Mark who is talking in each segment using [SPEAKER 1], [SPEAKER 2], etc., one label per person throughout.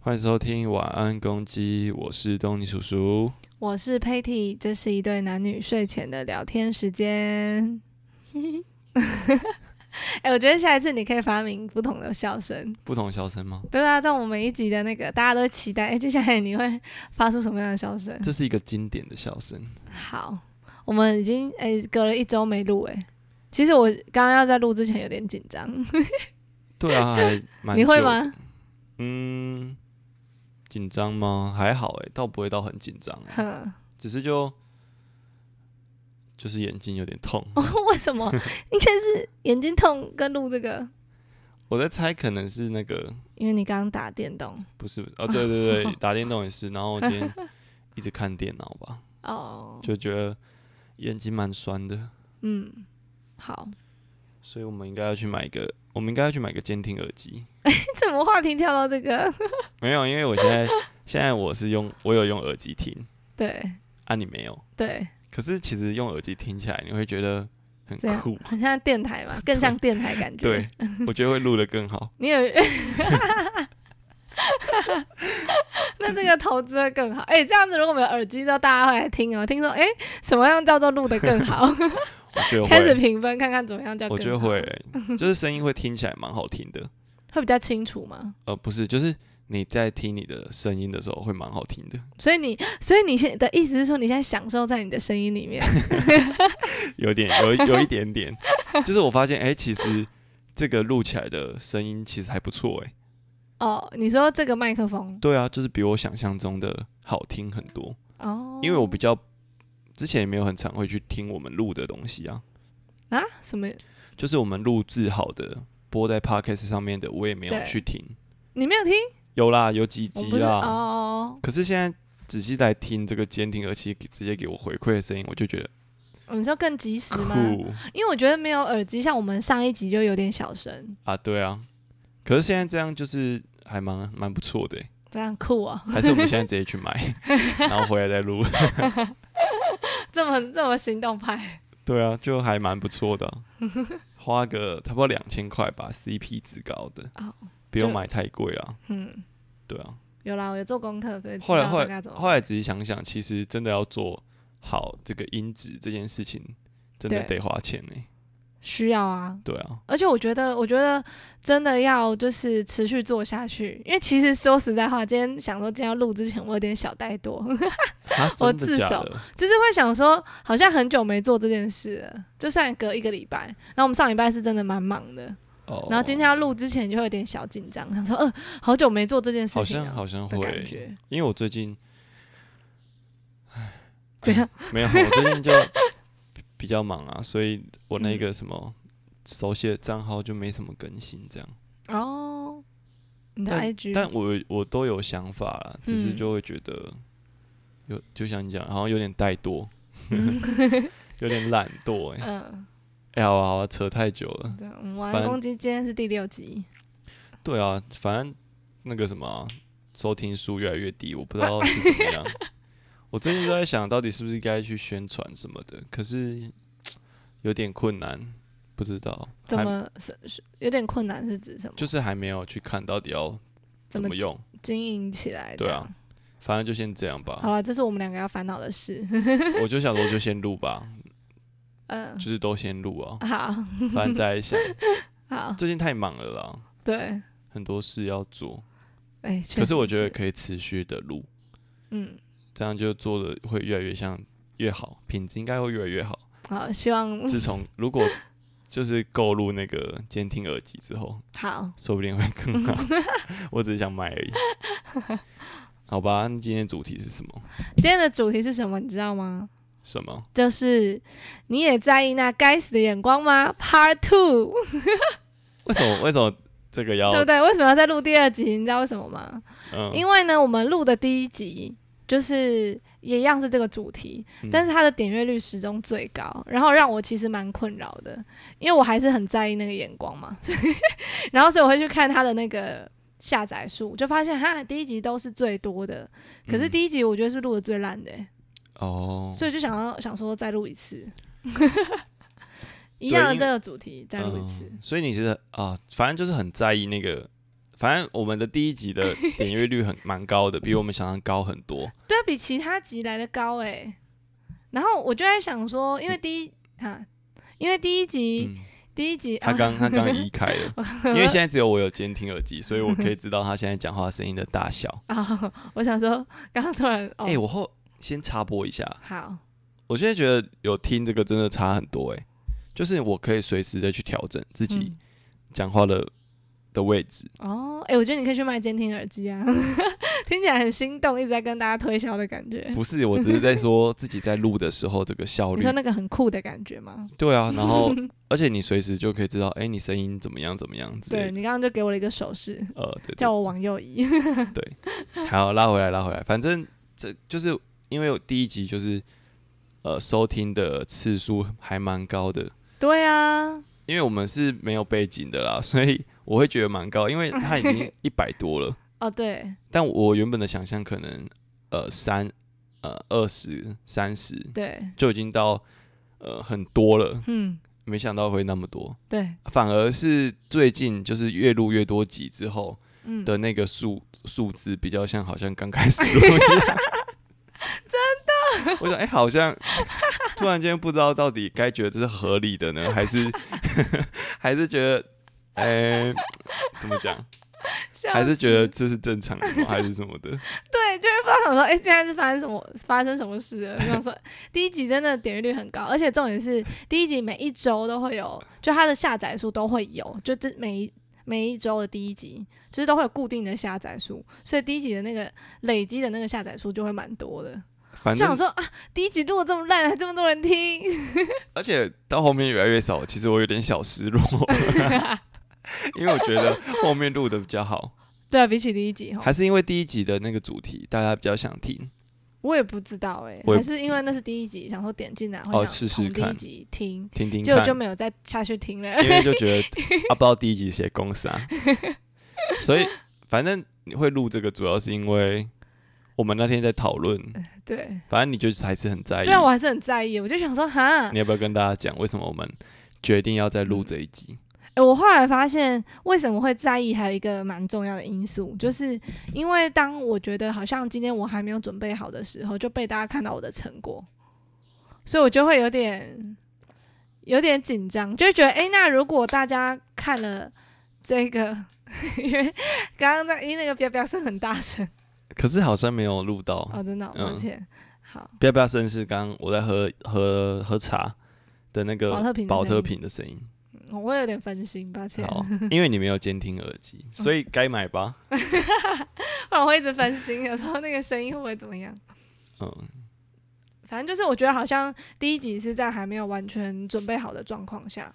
[SPEAKER 1] 欢迎收听晚安公鸡，我是东尼叔叔。
[SPEAKER 2] 我是 Patty，这是一对男女睡前的聊天时 间。哎、我觉得下一次你可以发明不同的笑声。
[SPEAKER 1] 不同笑声吗？
[SPEAKER 2] 对啊，在我们每一集的那个，大家都期待，哎、 接下来你会发出什么样的笑声？
[SPEAKER 1] 这是一个经典的笑声。
[SPEAKER 2] 好，我们已经哎、隔了一周没录哎、其实我刚刚要在录之前有点紧张，
[SPEAKER 1] 对啊，还蛮
[SPEAKER 2] 你会
[SPEAKER 1] 久？
[SPEAKER 2] 吗？
[SPEAKER 1] 嗯，紧张吗？还好哎、倒不会到很紧张啊、
[SPEAKER 2] 哼，
[SPEAKER 1] 只是就就是眼睛有点痛。
[SPEAKER 2] 哦为什 么？应该是眼睛痛跟录这个，
[SPEAKER 1] 我在猜可能是那个
[SPEAKER 2] 因为你刚刚打电动
[SPEAKER 1] 不是哦，对对 对，打电动也是。然后我今天一直看电脑吧，
[SPEAKER 2] 哦。
[SPEAKER 1] 就觉得眼睛蛮酸的，
[SPEAKER 2] 嗯，好，
[SPEAKER 1] 所以我们应该要去买一个，我们应该要去买个监听耳机。
[SPEAKER 2] 怎么话题跳到这个？
[SPEAKER 1] 没有，因为我现在 现在我是用我有用耳机听
[SPEAKER 2] 对
[SPEAKER 1] 啊，你没有。
[SPEAKER 2] 对，
[SPEAKER 1] 可是其实用耳机听起来，你会觉得很
[SPEAKER 2] 这样
[SPEAKER 1] 酷，
[SPEAKER 2] 很像电台嘛，更像电台感觉。
[SPEAKER 1] 对，我觉得会录得更好。
[SPEAKER 2] 你有， 那这个投资会更好。哎、这样子如果没有耳机，之后大家会来听哦。听说，哎、什么样叫做录的更 好？
[SPEAKER 1] 我觉得
[SPEAKER 2] 开
[SPEAKER 1] 会，
[SPEAKER 2] 始评分，看看怎么样叫
[SPEAKER 1] 我
[SPEAKER 2] 更
[SPEAKER 1] 觉得
[SPEAKER 2] 好
[SPEAKER 1] 会、就是声音会听起来蛮好听的。
[SPEAKER 2] 会比较清楚吗？
[SPEAKER 1] 呃，不是，就是你在听你的声音的时候会蛮好听的，
[SPEAKER 2] 所以你，所以你现的意思是说，你现在享受在你的声音里面，
[SPEAKER 1] 有点有有一点点，就是我发现哎、其实这个录起来的声音其实还不错哎、
[SPEAKER 2] 哦，你说这个麦克风
[SPEAKER 1] 对啊，就是比我想象中的好听很多，
[SPEAKER 2] 哦，
[SPEAKER 1] 因为我比较之前也没有很常会去听我们录的东西啊。
[SPEAKER 2] 啊什么，
[SPEAKER 1] 就是我们录制好的播在 podcast 上面的，我也没有
[SPEAKER 2] 对
[SPEAKER 1] 去听。
[SPEAKER 2] 你没有听？
[SPEAKER 1] 有啦，有几
[SPEAKER 2] 我
[SPEAKER 1] 集
[SPEAKER 2] 不是
[SPEAKER 1] 啦。
[SPEAKER 2] 哦，
[SPEAKER 1] 可是现在仔细来听这个监听耳机直接给我回馈的声音，我就觉得
[SPEAKER 2] 哦你说更及时吗？
[SPEAKER 1] 酷
[SPEAKER 2] 因为我觉得没有耳机，像我们上一集就有点小声，
[SPEAKER 1] 啊！对啊，可是现在这样就是还蛮蛮不错的欸，
[SPEAKER 2] 这样酷哦，
[SPEAKER 1] 还是我们现在直接去买，然后回来再录。
[SPEAKER 2] 这么这么行动派。
[SPEAKER 1] 对啊，就还蛮不错的啊、花个差不多两千块吧，CP 值高的
[SPEAKER 2] 哦，
[SPEAKER 1] 不用
[SPEAKER 2] 就
[SPEAKER 1] 买太贵啦。
[SPEAKER 2] 嗯，
[SPEAKER 1] 对啊，
[SPEAKER 2] 有啦，我有做功课，所以知
[SPEAKER 1] 后来
[SPEAKER 2] 道
[SPEAKER 1] 后
[SPEAKER 2] 大概
[SPEAKER 1] 来
[SPEAKER 2] 怎么
[SPEAKER 1] 后来仔细想想，其实真的要做好这个音质这件事情，真的
[SPEAKER 2] 对
[SPEAKER 1] 得花钱呢、
[SPEAKER 2] 需要啊。
[SPEAKER 1] 对啊，
[SPEAKER 2] 而且我觉得，我觉得真的要就是持续做下去，因为其实说实在话，今天想说今天要录之前，我有点小怠惰，
[SPEAKER 1] 啊，
[SPEAKER 2] 我
[SPEAKER 1] 真的
[SPEAKER 2] 自
[SPEAKER 1] 假
[SPEAKER 2] 首
[SPEAKER 1] 的？
[SPEAKER 2] 就是会想说，好像很久没做这件事了，就算隔一个礼拜。然后我们上礼拜是真的蛮忙的，
[SPEAKER 1] 哦
[SPEAKER 2] 然后今天要录之前就会有点小紧张，想说，呃，好久没做这件事
[SPEAKER 1] 好
[SPEAKER 2] 情啊
[SPEAKER 1] 像
[SPEAKER 2] 了
[SPEAKER 1] 好像
[SPEAKER 2] 的感
[SPEAKER 1] 会，
[SPEAKER 2] 觉，
[SPEAKER 1] 因为我最近
[SPEAKER 2] 怎样？
[SPEAKER 1] 没有，我最 近就比较忙啊，所以我
[SPEAKER 2] 嗯
[SPEAKER 1] 那个什么手写的账号就没什么更新这样。
[SPEAKER 2] 哦，你的
[SPEAKER 1] 但
[SPEAKER 2] IG，
[SPEAKER 1] 但我我都有想法啦，只是
[SPEAKER 2] 嗯
[SPEAKER 1] 就会觉得有，就像你讲，好像有点怠 惰，有点懒惰哎、欸。
[SPEAKER 2] 嗯，
[SPEAKER 1] 哎、好啊好啊，扯太久了。
[SPEAKER 2] 对，我们玩
[SPEAKER 1] 反
[SPEAKER 2] 公鸡今天是第六集，
[SPEAKER 1] 对啊，反正那个什么啊收听数越来越低，我不知道是怎么 样。我最近都在想，到底是不是该去宣传什么的，可是有点困难，不知道，
[SPEAKER 2] 怎
[SPEAKER 1] 还
[SPEAKER 2] 么是是有点困难是指什么？
[SPEAKER 1] 就是还没有去看到底要
[SPEAKER 2] 怎
[SPEAKER 1] 怎么啊用。
[SPEAKER 2] 经营起来？
[SPEAKER 1] 对啊，，反正就先这样
[SPEAKER 2] 好
[SPEAKER 1] 吧。
[SPEAKER 2] 了，这是我们两个要烦恼的事。
[SPEAKER 1] 我就想说，就先录吧，
[SPEAKER 2] 嗯，，
[SPEAKER 1] 就是都先录啊
[SPEAKER 2] 好
[SPEAKER 1] 反正再想。
[SPEAKER 2] 好，
[SPEAKER 1] 最近太忙了啦，
[SPEAKER 2] 对，
[SPEAKER 1] 很多事要做，
[SPEAKER 2] 哎，
[SPEAKER 1] 可
[SPEAKER 2] 确
[SPEAKER 1] 是
[SPEAKER 2] 实
[SPEAKER 1] 我觉得
[SPEAKER 2] 是，
[SPEAKER 1] 可以持续的录，
[SPEAKER 2] 嗯，
[SPEAKER 1] 这样就做的会越来越像越好，品质应该会越来越好。
[SPEAKER 2] 好，希望
[SPEAKER 1] 自从如果就是购入那个监听耳机之后，
[SPEAKER 2] 好，
[SPEAKER 1] 说不定会更 好。我只是想买而已。好吧，那今天的主题是什么？
[SPEAKER 2] 今天的主题是什么？你知道吗？
[SPEAKER 1] 什么？
[SPEAKER 2] 就是你也在意那该死的眼光吗？Part Two，
[SPEAKER 1] 为什 么？为什么这个要
[SPEAKER 2] 对？不对？为什么要再录第二集？你知道为什么吗？
[SPEAKER 1] 嗯，
[SPEAKER 2] 因为呢，我们录的第一集就是也一样是这个主题，
[SPEAKER 1] 嗯
[SPEAKER 2] 但是它的点阅率始终最高，然后让我其实蛮困扰的，因为我还是很在意那个眼光嘛， 所以然后所以我会去看它的那个下载数，就发现哈第一集都是最多的，可是
[SPEAKER 1] 嗯
[SPEAKER 2] 第一集我觉得是录的最烂的欸、
[SPEAKER 1] 哦，
[SPEAKER 2] 所以就想要想说再录 一次，一
[SPEAKER 1] 对
[SPEAKER 2] 样的
[SPEAKER 1] 因
[SPEAKER 2] 这个主题再录一
[SPEAKER 1] 嗯
[SPEAKER 2] 次，
[SPEAKER 1] 所以你是啊，反正就是很在意那个，反正我们的第一集的点阅率很蛮高的，比我们想象高很多。
[SPEAKER 2] 对啊比其他集来的高哎、然后我就在想说，因为第一啊，因为第一集、
[SPEAKER 1] 嗯，
[SPEAKER 2] 第一集
[SPEAKER 1] 他
[SPEAKER 2] 啊，
[SPEAKER 1] 刚他 刚移开了，因为现在只有我有监听耳机，所以我可以知道他现在讲话声音的大小。
[SPEAKER 2] 啊， 我想说，刚刚突然哦，
[SPEAKER 1] 哎、我后先插播一下，
[SPEAKER 2] 好，
[SPEAKER 1] 我现在觉得有听这个真的差很多哎、就是我可以随时的去调整自己
[SPEAKER 2] 嗯
[SPEAKER 1] 讲话的、的位置。
[SPEAKER 2] 哦，哎、我觉得你可以去卖监听耳机啊， 听起来很心动，一直在跟大家推销的感觉。
[SPEAKER 1] 不是，我只是在 说自己在录的时候这个效
[SPEAKER 2] 哎你
[SPEAKER 1] 率
[SPEAKER 2] 说。那个很酷的感觉吗？
[SPEAKER 1] 对啊，然 后而且你随时就可以知道，哎、你声音怎么样怎么样之类
[SPEAKER 2] 对
[SPEAKER 1] 的。
[SPEAKER 2] 你刚刚就给我了一个手势，
[SPEAKER 1] 呃，对对
[SPEAKER 2] 叫我 E 往右移。
[SPEAKER 1] 对，好，拉回来，拉回来，反正这就是因为我第一集就是呃收听的次数还蛮高的，
[SPEAKER 2] 对啊，
[SPEAKER 1] 因为我们是没有背景的啦， 所以我会觉得蛮高，因为它已经一百多了。
[SPEAKER 2] 哦对
[SPEAKER 1] 但我原本的想象可能呃三呃二十三十
[SPEAKER 2] 对，
[SPEAKER 1] 就已经到呃很多了，
[SPEAKER 2] 嗯
[SPEAKER 1] 没想到会那么多，
[SPEAKER 2] 对，
[SPEAKER 1] 反而是最近就是越录越多集之后
[SPEAKER 2] 嗯，
[SPEAKER 1] 的那个数数字比较像好像刚开始录一样。真的，我想，哎、好像突然间不知道到底该觉得这是合理的呢，还是 还是觉得，哎、怎么讲？
[SPEAKER 2] 笑
[SPEAKER 1] 还是觉
[SPEAKER 2] 死
[SPEAKER 1] 得这是正常的吗？还是什么的？
[SPEAKER 2] 对，就是不知道想说，哎、现在是发生什么发生什么事了？就想说，第一集真的点阅率很高，而且重点是第一集每一周都会有，就它的下载数都会有，就这每一每一周的第一集，就是都会有固定的下载数，所以第一集的那个累积的那个下载数就会蛮多的。
[SPEAKER 1] 反
[SPEAKER 2] 就
[SPEAKER 1] 正
[SPEAKER 2] 想说啊，第一集录的这么烂，还这么多 人听，
[SPEAKER 1] 而且到后面越来越少，其实我有点小失落， 因为我觉得后面录的比较好，
[SPEAKER 2] 对啊，比起第一集哈，
[SPEAKER 1] 还是因为第一集的那个主题大家比较想听。
[SPEAKER 2] 我也不知道哎、
[SPEAKER 1] 我也
[SPEAKER 2] 还是因为那是第一集，想说点进来
[SPEAKER 1] 哦
[SPEAKER 2] 会
[SPEAKER 1] 试试
[SPEAKER 2] 想从第一
[SPEAKER 1] 看
[SPEAKER 2] 集听，
[SPEAKER 1] 听听
[SPEAKER 2] 结果
[SPEAKER 1] 看
[SPEAKER 2] 就，没有再下去听了。
[SPEAKER 1] 因为就觉得啊，不知道第一集写公 司啊，所以反正你会录这个，主要是因为我们那天在讨论，
[SPEAKER 2] 对，
[SPEAKER 1] 反正你就是还是很在意
[SPEAKER 2] 嗯对。啊，我还是很在意，我就想说哈，
[SPEAKER 1] 你要不要跟大家讲为什么我们决定要再录
[SPEAKER 2] 嗯
[SPEAKER 1] 这一集？
[SPEAKER 2] 欸，我后来发现为什么会在意，还有一个蛮重要的因素，就是因为当我觉得好像今天我还没有准备好的时候，就被大家看到我的成果，所以我就会有点有点紧张，就会觉得诶，那如果大家看了这个， 因为刚刚那因为那个飙飙声很大声，
[SPEAKER 1] 可是好像没有录到，
[SPEAKER 2] 哦，真的哦、抱
[SPEAKER 1] 嗯
[SPEAKER 2] 歉，好，
[SPEAKER 1] 不要不要绅士，刚刚我在喝喝喝茶的那
[SPEAKER 2] 保
[SPEAKER 1] 个
[SPEAKER 2] 特瓶的
[SPEAKER 1] 保
[SPEAKER 2] 声
[SPEAKER 1] 特
[SPEAKER 2] 音啊
[SPEAKER 1] 瓶的声音。
[SPEAKER 2] 我会有点分心，抱歉，
[SPEAKER 1] 好，因为你没有监听耳机，所
[SPEAKER 2] 嗯
[SPEAKER 1] 以该买吧。
[SPEAKER 2] 不然我会一直分心，有时候那个声音会不会怎么样？
[SPEAKER 1] 嗯，
[SPEAKER 2] 反正就是我觉得好像第一集是在还没有完全准备好的状况下，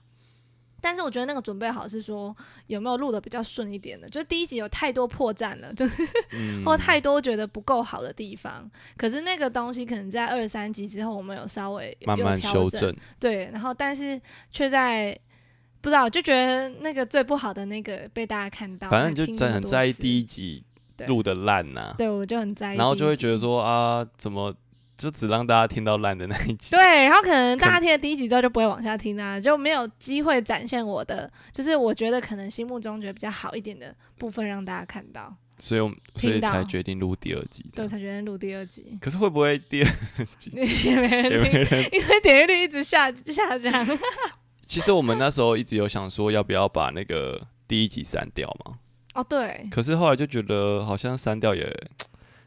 [SPEAKER 2] 但是我觉得那个准备好是说有没有录的比较顺一点的，就是第一集有太多破绽了，就是
[SPEAKER 1] 嗯
[SPEAKER 2] 或哦太多觉得不够好的地方。可是那个东西可能在二三集之后，我们有稍微有
[SPEAKER 1] 慢慢
[SPEAKER 2] 有调
[SPEAKER 1] 修
[SPEAKER 2] 整，
[SPEAKER 1] 正。
[SPEAKER 2] 对，然后但是却在。不知道，就觉得那个最不好的那个被大家看到，
[SPEAKER 1] 反正就在很在意第
[SPEAKER 2] 一，
[SPEAKER 1] 一集
[SPEAKER 2] 对
[SPEAKER 1] 录的烂啊呐，
[SPEAKER 2] 对我就很在意第一集，
[SPEAKER 1] 然后就会觉得说啊，怎么就只让大家听到烂的那一集？
[SPEAKER 2] 对，然后可能大
[SPEAKER 1] 可
[SPEAKER 2] 家听了第一集之后就不会往下听啦、就没有机会展现我的，就是我觉得可能心目中觉得比较好一点的部分让大家看到，
[SPEAKER 1] 所以我们所以
[SPEAKER 2] 听到
[SPEAKER 1] 才决定录第二集
[SPEAKER 2] 对，
[SPEAKER 1] 的
[SPEAKER 2] 我。才决定录第 二集，
[SPEAKER 1] 可是会不会第二
[SPEAKER 2] 也没人
[SPEAKER 1] 也
[SPEAKER 2] 听，
[SPEAKER 1] 没人？
[SPEAKER 2] 因为点阅率一直下下降。
[SPEAKER 1] 其实我们那时候一直有想说要不要把那个第一集删掉嘛，
[SPEAKER 2] 哦，对，
[SPEAKER 1] 可是后来就觉得好像删掉也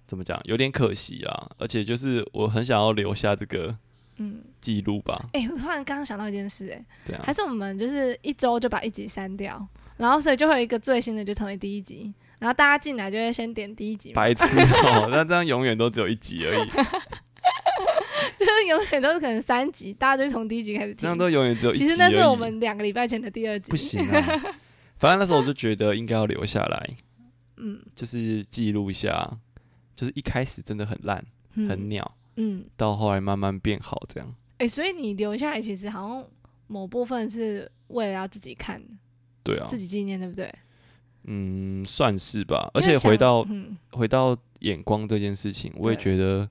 [SPEAKER 1] 怎么讲，有点可惜啦。而且就是我很想要留下这个
[SPEAKER 2] 嗯，
[SPEAKER 1] 记录吧，
[SPEAKER 2] 哎、我突然刚刚想到一件事、哎，
[SPEAKER 1] 这样
[SPEAKER 2] 还是我们就是一周就把一集删掉，然后所以就会有一个最新的就成为第一集，然后大家进来就会先点第一集嘛，
[SPEAKER 1] 白痴哦、那这样永远都只有一集而 已，
[SPEAKER 2] 就是永远都是可能三集，大家就是从第一集开始
[SPEAKER 1] 这
[SPEAKER 2] 听
[SPEAKER 1] 样。都永远只有一集
[SPEAKER 2] 其
[SPEAKER 1] 而已。
[SPEAKER 2] 实那是我们两个礼拜前的第二集
[SPEAKER 1] 不，行啊。反正那时候我就觉得应该要留下来，
[SPEAKER 2] 嗯，
[SPEAKER 1] 就是记录一下，就是一开始真的很烂，
[SPEAKER 2] 嗯
[SPEAKER 1] 很鸟，
[SPEAKER 2] 嗯，
[SPEAKER 1] 到后来慢慢变好这样。
[SPEAKER 2] 哎、所以你留下来其实好像某部分是为了要自己看、
[SPEAKER 1] 对啊
[SPEAKER 2] 自，己纪念，对不对？
[SPEAKER 1] 嗯，算是吧。而
[SPEAKER 2] 因为
[SPEAKER 1] 且
[SPEAKER 2] 想
[SPEAKER 1] 回到
[SPEAKER 2] 嗯，
[SPEAKER 1] 回到眼光这件事情，我也
[SPEAKER 2] 对
[SPEAKER 1] 觉得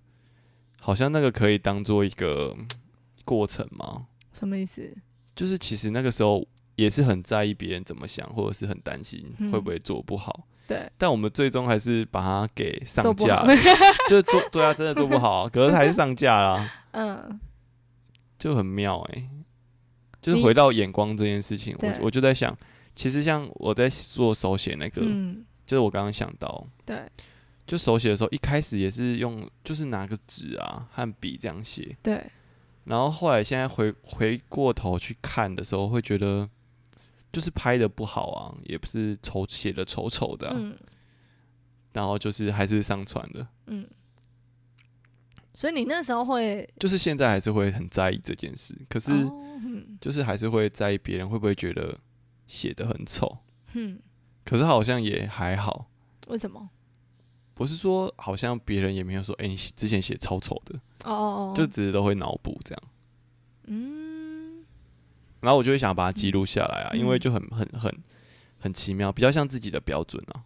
[SPEAKER 1] 好像那个可以当做一个嗯过程嘛。
[SPEAKER 2] 什么意思？
[SPEAKER 1] 就是其实那个时候也是很在意别人怎么想，或者是很担心
[SPEAKER 2] 嗯
[SPEAKER 1] 会不会做不好。
[SPEAKER 2] 对，
[SPEAKER 1] 但我们最终还是把它给上
[SPEAKER 2] 做不
[SPEAKER 1] 架
[SPEAKER 2] 好
[SPEAKER 1] 了，就做对啊，真的做不好，可是还是上架啦，
[SPEAKER 2] 嗯，
[SPEAKER 1] 就很妙哎、就是
[SPEAKER 2] 你
[SPEAKER 1] 回到眼光这件事情，我
[SPEAKER 2] 对
[SPEAKER 1] 我就在想，其实像我在做手写那个，
[SPEAKER 2] 嗯，
[SPEAKER 1] 就是我刚刚想到，
[SPEAKER 2] 对
[SPEAKER 1] 就手写的时候，一开始也是用就是拿个纸啊和笔这样写，
[SPEAKER 2] 对，
[SPEAKER 1] 然后后来现在回回过头去看的时候，会觉得就是拍的不好啊，也不是丑写的丑丑的啊、
[SPEAKER 2] 嗯
[SPEAKER 1] 然后就是还是上传了，
[SPEAKER 2] 嗯。所以你那时候会
[SPEAKER 1] 就是现在还是会很在意这件事，可是
[SPEAKER 2] 哦嗯
[SPEAKER 1] 就是还是会在意别人会不会觉得写的很丑，
[SPEAKER 2] 嗯，
[SPEAKER 1] 可是好像也还好，
[SPEAKER 2] 为什么？
[SPEAKER 1] 不是说好像别人也没有说，哎、你写之前写超丑的，
[SPEAKER 2] 哦哦哦，
[SPEAKER 1] 就只是都会脑补这样。
[SPEAKER 2] 嗯
[SPEAKER 1] 然后我就会想把它记录下来啊，因为
[SPEAKER 2] 嗯
[SPEAKER 1] 就很很很很奇妙，比较像自己的标准啊。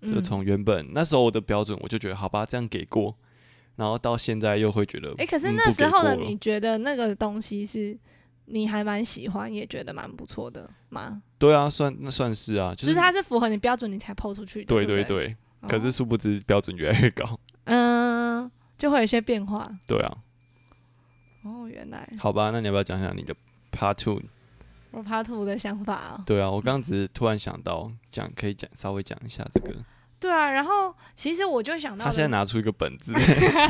[SPEAKER 1] 就
[SPEAKER 2] 嗯
[SPEAKER 1] 从原本那时候我的标准，我就觉得好吧，这样给过，然后到现在又会觉得，
[SPEAKER 2] 哎、可是
[SPEAKER 1] 嗯
[SPEAKER 2] 那时候的，
[SPEAKER 1] 不给过
[SPEAKER 2] 你
[SPEAKER 1] 了
[SPEAKER 2] 觉得那个东西是你还蛮喜欢，也觉得蛮不错的吗？
[SPEAKER 1] 对啊，算那算是啊，
[SPEAKER 2] 就是是它是符合你标准，你才抛出去的。
[SPEAKER 1] 对
[SPEAKER 2] 对
[SPEAKER 1] 对
[SPEAKER 2] 不对，
[SPEAKER 1] 对，
[SPEAKER 2] 哦
[SPEAKER 1] 可是殊不知标准越来越 高，
[SPEAKER 2] 嗯、就会有一些变化。
[SPEAKER 1] 对啊，
[SPEAKER 2] 哦，原来
[SPEAKER 1] 好吧，那你要不要讲讲你的 Part Two？
[SPEAKER 2] 我 part two 的想法啊、
[SPEAKER 1] 对啊，我刚刚只是突然想到讲，可以讲稍微讲一下这个，
[SPEAKER 2] 对啊，然后其实我就想到
[SPEAKER 1] 他
[SPEAKER 2] 了，
[SPEAKER 1] 现在拿出一个本子，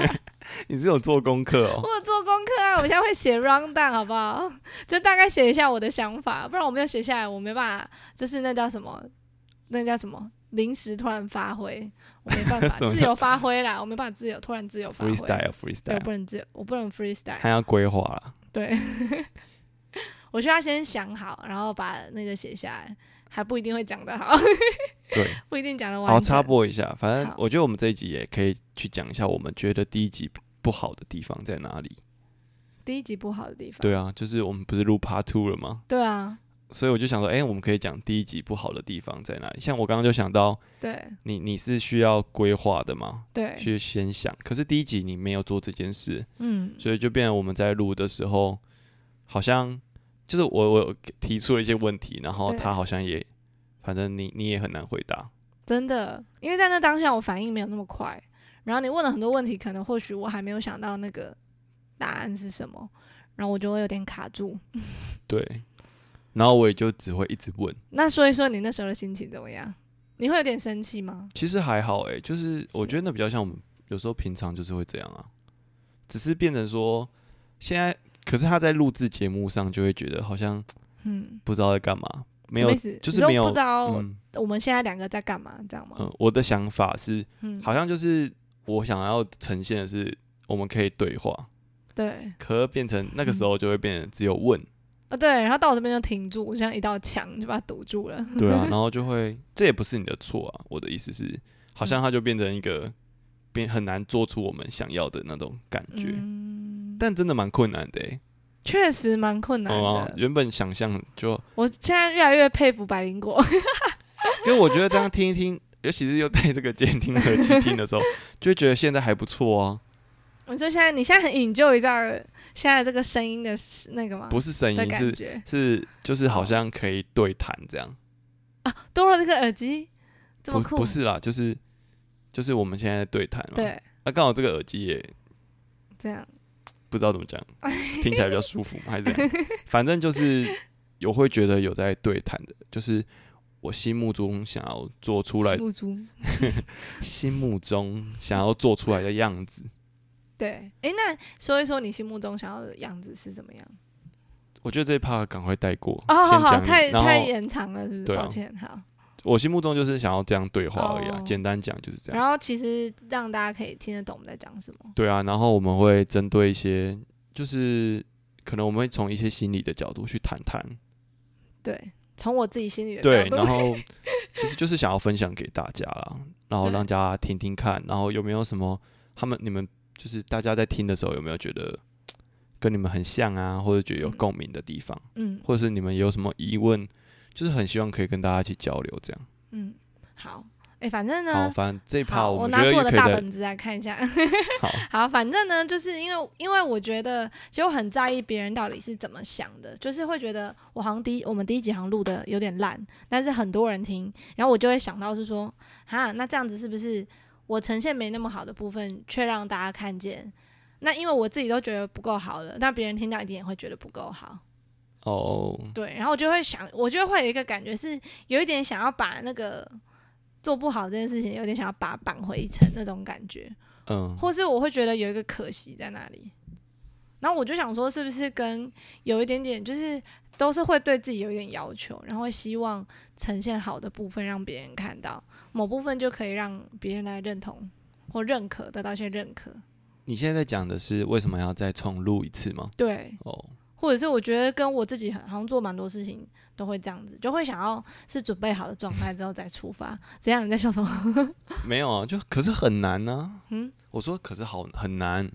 [SPEAKER 1] 你是有做功课哦，
[SPEAKER 2] 我有做功课啊，我现在会写 round down 好不好？就大概写一下我的想法，不然我没有写下来，我没办法，就是那叫什么，那叫什么，临时突然发挥，我没办
[SPEAKER 1] 什
[SPEAKER 2] 法
[SPEAKER 1] 么
[SPEAKER 2] 自由发挥啦，我没办法自由突然自由发挥。
[SPEAKER 1] ，freestyle 啊
[SPEAKER 2] 对，我
[SPEAKER 1] freestyle，
[SPEAKER 2] 不能自由，我不能 freestyle。
[SPEAKER 1] 还要规划啦，
[SPEAKER 2] 对， 我需要先想好，然后把那个写下来，还不一定会讲得好，
[SPEAKER 1] 对。
[SPEAKER 2] 不一定讲得完整。
[SPEAKER 1] 好，哦插播一下，反正
[SPEAKER 2] 好
[SPEAKER 1] 我觉得我们这一集也可以去讲一下，我们觉得第一集不好的地方在哪里。
[SPEAKER 2] 啊第一集不好的地方。
[SPEAKER 1] 对啊，就是我们不是录 Part Two 了吗？
[SPEAKER 2] 对啊，
[SPEAKER 1] 所以我就想说，哎、我们可以讲第一集不好的地方在哪里。像我刚刚就想到，
[SPEAKER 2] 对
[SPEAKER 1] 你你是需要规划的嘛，
[SPEAKER 2] 对，
[SPEAKER 1] 去先想。可是第一集你没有做这件事，
[SPEAKER 2] 嗯，
[SPEAKER 1] 所以就变成我们在录的时候，好像就是我我提出了一些问题，然后
[SPEAKER 2] 对
[SPEAKER 1] 他好像也，反正你你也很难回答。
[SPEAKER 2] 真的，因为在那当下我反应没有那么快，然后你问了很多问题，可能或许我还没有想到那个答案是什么，然后我就会有点卡住。
[SPEAKER 1] 对，然后我也就只会一直问。
[SPEAKER 2] 那说一说你那时候的心情怎么样？你会有点生气吗？
[SPEAKER 1] 其实还好诶、欸就是我
[SPEAKER 2] 是
[SPEAKER 1] 觉得那比较像我们有时候平常就是会这样啊，只是变成说现在，可是他在录制节目上就会觉得好像
[SPEAKER 2] 嗯，
[SPEAKER 1] 不知道在干嘛，没
[SPEAKER 2] 什么
[SPEAKER 1] 有
[SPEAKER 2] 意，思哦
[SPEAKER 1] 就是
[SPEAKER 2] 你说
[SPEAKER 1] 没有
[SPEAKER 2] 不知道
[SPEAKER 1] 嗯
[SPEAKER 2] 我们现在两个在干嘛，这样吗？
[SPEAKER 1] 嗯，我的想法是，
[SPEAKER 2] 嗯，
[SPEAKER 1] 好像就是我想要呈现的是我们可以对话，
[SPEAKER 2] 对，
[SPEAKER 1] 可是变成那个时候
[SPEAKER 2] 嗯
[SPEAKER 1] 就会变成只有问，
[SPEAKER 2] 啊对，然后到我这边就停住，像一道墙就把它堵住了。
[SPEAKER 1] 对 啊，然后就会这也不是你的错啊，我的意思是，好像他就变成一个变很难做出我们想要的那种感觉，
[SPEAKER 2] 嗯，
[SPEAKER 1] 但真的蛮困难的、欸。
[SPEAKER 2] 确实蛮困难
[SPEAKER 1] 哦，
[SPEAKER 2] 的。
[SPEAKER 1] 原本想象就，
[SPEAKER 2] 我现在越来越佩服百灵果。
[SPEAKER 1] 因为我觉得这样听一听， 尤其是又戴这个监听耳机听的 时候，就会觉得现在还不错啊，
[SPEAKER 2] 我就现在，你现在很 enjoy 在现在这个声音的那个吗？
[SPEAKER 1] 不是声
[SPEAKER 2] 啊的
[SPEAKER 1] 音，
[SPEAKER 2] 感
[SPEAKER 1] 是
[SPEAKER 2] 觉。
[SPEAKER 1] 是就是好像可以对谈这样，
[SPEAKER 2] 啊多了这个耳机，这
[SPEAKER 1] 不
[SPEAKER 2] 么酷。
[SPEAKER 1] 不是嗯啦，就是就是我们现在在对谈嘛，，
[SPEAKER 2] 对，
[SPEAKER 1] 那、刚好这个耳机也
[SPEAKER 2] 这样
[SPEAKER 1] 不知道怎么 讲，听起来比较舒服嘛，还是怎样，反正就是有会觉得有在对谈的，就是我心目中想要做出来
[SPEAKER 2] 是，露珠。
[SPEAKER 1] 心目中想要做出来的样子。
[SPEAKER 2] 对，哎，那说一说你心目中想要的样子是怎么样？
[SPEAKER 1] 我觉得这一 part 赶快带过，
[SPEAKER 2] 哦，好
[SPEAKER 1] 先
[SPEAKER 2] 好，
[SPEAKER 1] 讲。
[SPEAKER 2] 太
[SPEAKER 1] 然后
[SPEAKER 2] 太延长了，是不是？
[SPEAKER 1] 对啊
[SPEAKER 2] 抱歉，好。
[SPEAKER 1] 我心目中就是想要这样对话而已啊，
[SPEAKER 2] 哦
[SPEAKER 1] 简单讲就是这样。
[SPEAKER 2] 然后其实让大家可以听得懂我们在讲什么。
[SPEAKER 1] 对啊，然后我们会针对一些，就是可能我们会从一些心理的角度去谈谈，
[SPEAKER 2] 对，从我自己心里的
[SPEAKER 1] 对，
[SPEAKER 2] 角
[SPEAKER 1] 然
[SPEAKER 2] 度，
[SPEAKER 1] 后其实就是想要分享给大家啦，然后
[SPEAKER 2] 对
[SPEAKER 1] 让大家听听看，然后有没有什么他们你们就是大家在听的时候有没有觉得跟你们很像啊，或者觉得有
[SPEAKER 2] 嗯
[SPEAKER 1] 共鸣的地方，
[SPEAKER 2] 嗯
[SPEAKER 1] 或者是你们有什么疑问，就是很希望可以跟大家一起交流这样。
[SPEAKER 2] 嗯，好。哎，反正
[SPEAKER 1] 好，
[SPEAKER 2] 呢，
[SPEAKER 1] 反正这一趴
[SPEAKER 2] 好，我
[SPEAKER 1] 们觉
[SPEAKER 2] 拿
[SPEAKER 1] 得
[SPEAKER 2] 出
[SPEAKER 1] 又
[SPEAKER 2] 我
[SPEAKER 1] 可
[SPEAKER 2] 的
[SPEAKER 1] 以
[SPEAKER 2] 大
[SPEAKER 1] 再
[SPEAKER 2] 本子来看一下。
[SPEAKER 1] 好，
[SPEAKER 2] 好，反正呢，就是因为因为我觉得，其实我很在意别人到底是怎么想的，就是会觉得我好像第一我们第一集好像录的有点烂，但是很多人听，然后我就会想到是说，哈，那这样子是不是我呈现没那么好的部分，却让大家看见？那因为我自己都觉得不够好了，那别人听到一定也会觉得不够好。
[SPEAKER 1] 哦，
[SPEAKER 2] 对，然后我就会想，我就会有一个感觉是有一点想要把那个做不好这件事情，有点想要把它扳回一城那种感觉，
[SPEAKER 1] 嗯，
[SPEAKER 2] 或是我会觉得有一个可惜在那里。然后我就想说，是不是跟有一点点就是都是会对自己有一点要求，然后会希望呈现好的部分让别人看到，某部分就可以让别人来认同或认可，得到一些认可。
[SPEAKER 1] 你现在在讲的是为什么要再重录一次吗？
[SPEAKER 2] 对，
[SPEAKER 1] 哦，
[SPEAKER 2] 或者是我觉得跟我自己很好像做蛮多事情都会这样子，就会想要是准备好的状态之后再出发。怎样？你在笑什么？
[SPEAKER 1] 没有啊，就可是很难呢、
[SPEAKER 2] 嗯，
[SPEAKER 1] 我说可是好很难，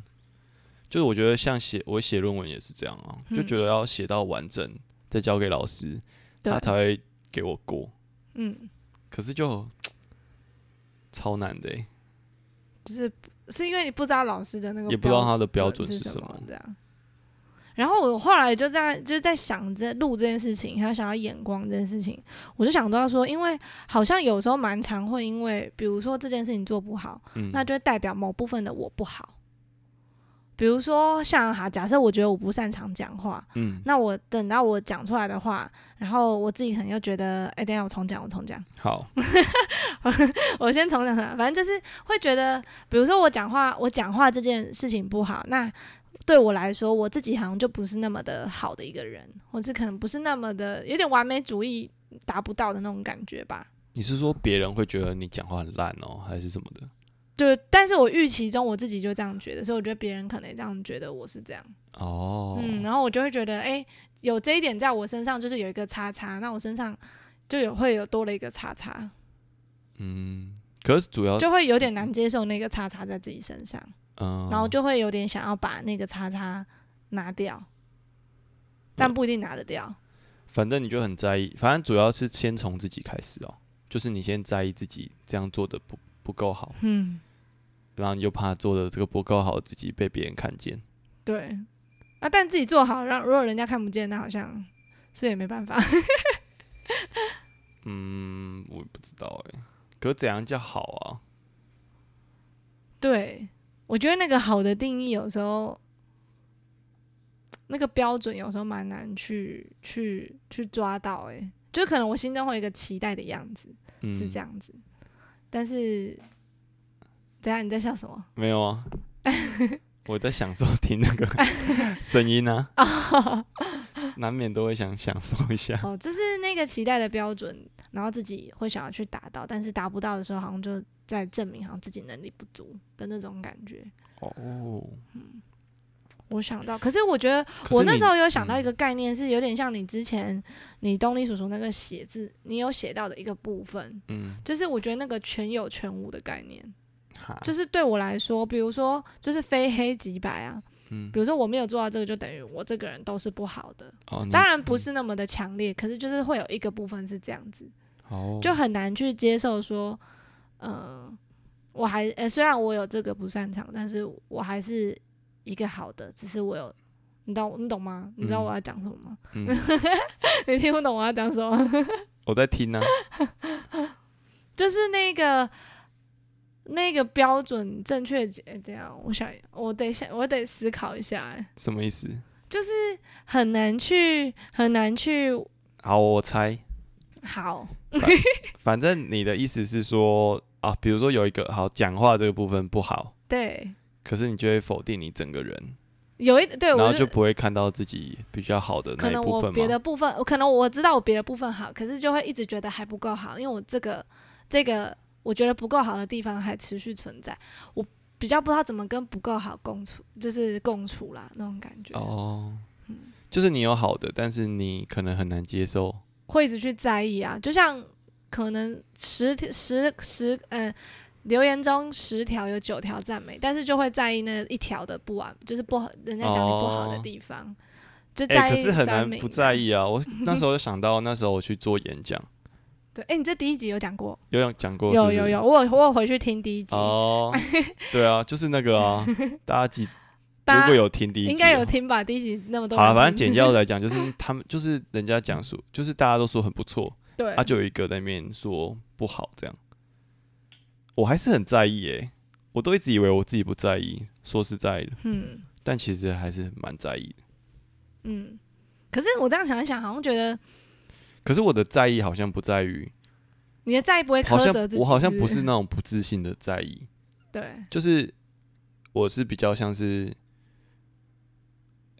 [SPEAKER 1] 就是我觉得像写我写论文也是这样啊，就
[SPEAKER 2] 嗯
[SPEAKER 1] 觉得要写到完整，再交给老师，
[SPEAKER 2] 对
[SPEAKER 1] 他，才会给我过。
[SPEAKER 2] 嗯，
[SPEAKER 1] 可是就超难的欸、
[SPEAKER 2] 就是是因为你不知道老师的那个
[SPEAKER 1] 也不知道
[SPEAKER 2] 标
[SPEAKER 1] 他的标准
[SPEAKER 2] 是
[SPEAKER 1] 是什
[SPEAKER 2] 么
[SPEAKER 1] 么。
[SPEAKER 2] 这样。然后我后来就在就是在想着录这件事情，还有想要眼光这件事情，我就想到说，因为好像有时候蛮常会因为，比如说这件事情做不好，
[SPEAKER 1] 嗯，
[SPEAKER 2] 那就会代表某部分的我不好。比如说像哈，假设我觉得我不擅长讲话，
[SPEAKER 1] 嗯，
[SPEAKER 2] 那我等到我讲出来的话，然后我自己可能又觉得，哎、等一下我重讲，我重讲，
[SPEAKER 1] 好，
[SPEAKER 2] 我先重讲重讲，反正就是会觉得，比如说我讲话，我讲话这件事情不好，那对我来说，我自己好像就不是那么的好的一个人，我是可能不是那么的有点完美主义达不到的那种感觉吧。
[SPEAKER 1] 你是说别人会觉得你讲话很烂哦，还是什么的？
[SPEAKER 2] 对，但是我预期中我自己就这样觉得，所以我觉得别人可能也这样觉得我是这样。
[SPEAKER 1] 哦，
[SPEAKER 2] 嗯，然后我就会觉得，哎、有这一点在我身上，就是有一个叉叉，那我身上就有会有多了一个叉叉，
[SPEAKER 1] 嗯，可是主要，
[SPEAKER 2] 就会有点难接受那个叉叉在自己身上，
[SPEAKER 1] 嗯，
[SPEAKER 2] 然后就会有点想要把那个叉叉拿掉，但不一定拿得掉。
[SPEAKER 1] 反正你就很在意，反正主要是先从自己开始哦，就是你先在意自己这样做的不不够好，
[SPEAKER 2] 嗯，
[SPEAKER 1] 然后你就怕做的这个不够好，自己被别人看见。
[SPEAKER 2] 对。啊，但自己做好，让如果人家看不见，那好像是也没办法。
[SPEAKER 1] 嗯，我也不知道哎、可是怎样叫好啊？
[SPEAKER 2] 对，我觉得那个好的定义有时候，那个标准有时候蛮难去去去抓到、欸，就可能我心中会有一个期待的样子
[SPEAKER 1] 嗯，
[SPEAKER 2] 是这样子，但是，等一下你在笑什么？
[SPEAKER 1] 没有 啊，我在享受听那个声音啊，难免都会想享受一下。
[SPEAKER 2] 哦，就是那个期待的标准，然后自己会想要去达到，但是达不到的时候，好像就在证明好像自己能力不足的那种感觉。嗯
[SPEAKER 1] 哦，
[SPEAKER 2] 我想到，可是我觉得
[SPEAKER 1] 可是
[SPEAKER 2] 我那
[SPEAKER 1] 你
[SPEAKER 2] 时候有想到一
[SPEAKER 1] 嗯
[SPEAKER 2] 个概念，是有点像你之前你东尼叔叔那个写字，你有写到的一个部分，
[SPEAKER 1] 嗯，
[SPEAKER 2] 就是我觉得那个全有全无的概念，
[SPEAKER 1] 哈，
[SPEAKER 2] 就是对我来说，比如说就是非黑即白啊，
[SPEAKER 1] 嗯
[SPEAKER 2] 比，如说我没有做到这个，就等于我这个人都是不好的，
[SPEAKER 1] 哦，你
[SPEAKER 2] 当然不是那么的强烈，可是就是会有一个部分是这样子，
[SPEAKER 1] 哦，
[SPEAKER 2] 就很难去接受说，嗯，我还、呃虽然我有这个不擅长，但是我还是一个好的，只是我有，你懂你懂吗？你知道
[SPEAKER 1] 嗯
[SPEAKER 2] 我要讲什么吗？
[SPEAKER 1] 嗯
[SPEAKER 2] 你听不懂我要讲什么？
[SPEAKER 1] 我在听呢、啊，
[SPEAKER 2] 就是那个那个标准正确解，哎等一下我想我得想我得思考一下、哎
[SPEAKER 1] 什么意思？
[SPEAKER 2] 就是很难去很难去
[SPEAKER 1] 好，我猜，
[SPEAKER 2] 好，
[SPEAKER 1] 反正你的意思是说啊，比如说有一个好讲话这个部分不好，
[SPEAKER 2] 对。
[SPEAKER 1] 可是你就会否定你整个人，
[SPEAKER 2] 有一对，
[SPEAKER 1] 然
[SPEAKER 2] 我
[SPEAKER 1] 后就不会看到自己比较好的那
[SPEAKER 2] 可
[SPEAKER 1] 一
[SPEAKER 2] 能
[SPEAKER 1] 部
[SPEAKER 2] 我
[SPEAKER 1] 分
[SPEAKER 2] 别
[SPEAKER 1] 嘛。
[SPEAKER 2] 的部分，我可能我知道我别的部分好，可是就会一直觉得还不够好，因为我这个这个我觉得不够好的地方还持续存在，我比较不知道怎么跟不够好共处，就是共处啦那种感觉，
[SPEAKER 1] 哦，就是你有好的，但是你可能很难接受。
[SPEAKER 2] 会一直去在意啊，就像可能十条十十嗯、留言中十条有九条赞美，但是就会在意那一条的不完，就是不好，人家讲你不好的
[SPEAKER 1] 哦
[SPEAKER 2] 地方，就
[SPEAKER 1] 哎、
[SPEAKER 2] 在
[SPEAKER 1] 可
[SPEAKER 2] 意
[SPEAKER 1] 是很
[SPEAKER 2] 酸
[SPEAKER 1] 难
[SPEAKER 2] 民
[SPEAKER 1] 不
[SPEAKER 2] 啊
[SPEAKER 1] 在意啊！我那时候就想到，那时候我去做演讲，
[SPEAKER 2] 对，哎，你这第一集有讲过，
[SPEAKER 1] 有讲讲过是不
[SPEAKER 2] 有
[SPEAKER 1] 是
[SPEAKER 2] 有有，我有我有回去听第一集，
[SPEAKER 1] 哦，对啊，就是那个 啊，大家记
[SPEAKER 2] 大
[SPEAKER 1] 如
[SPEAKER 2] 家
[SPEAKER 1] 果有听第一集，啊
[SPEAKER 2] 应该有。听吧？第一集那么多
[SPEAKER 1] 好
[SPEAKER 2] 人
[SPEAKER 1] 了，
[SPEAKER 2] 听，
[SPEAKER 1] 反正简要来讲，就是他们就是人家讲说，就是大家都说很不错，
[SPEAKER 2] 对
[SPEAKER 1] 啊，就有一个在那边说不好这样，我还是很在意诶、我都一直以为我自己不在意，说实在的，
[SPEAKER 2] 嗯
[SPEAKER 1] 但其实还是蛮在意的。
[SPEAKER 2] 嗯。可是我这样想一想，好像觉得
[SPEAKER 1] 可是我的在意好像不在于，
[SPEAKER 2] 你的在意不会
[SPEAKER 1] 好
[SPEAKER 2] 苛
[SPEAKER 1] 像
[SPEAKER 2] 责自己，
[SPEAKER 1] 我好像不
[SPEAKER 2] 是
[SPEAKER 1] 是那种不自信的在意，
[SPEAKER 2] 对，
[SPEAKER 1] 就是我是比较像是，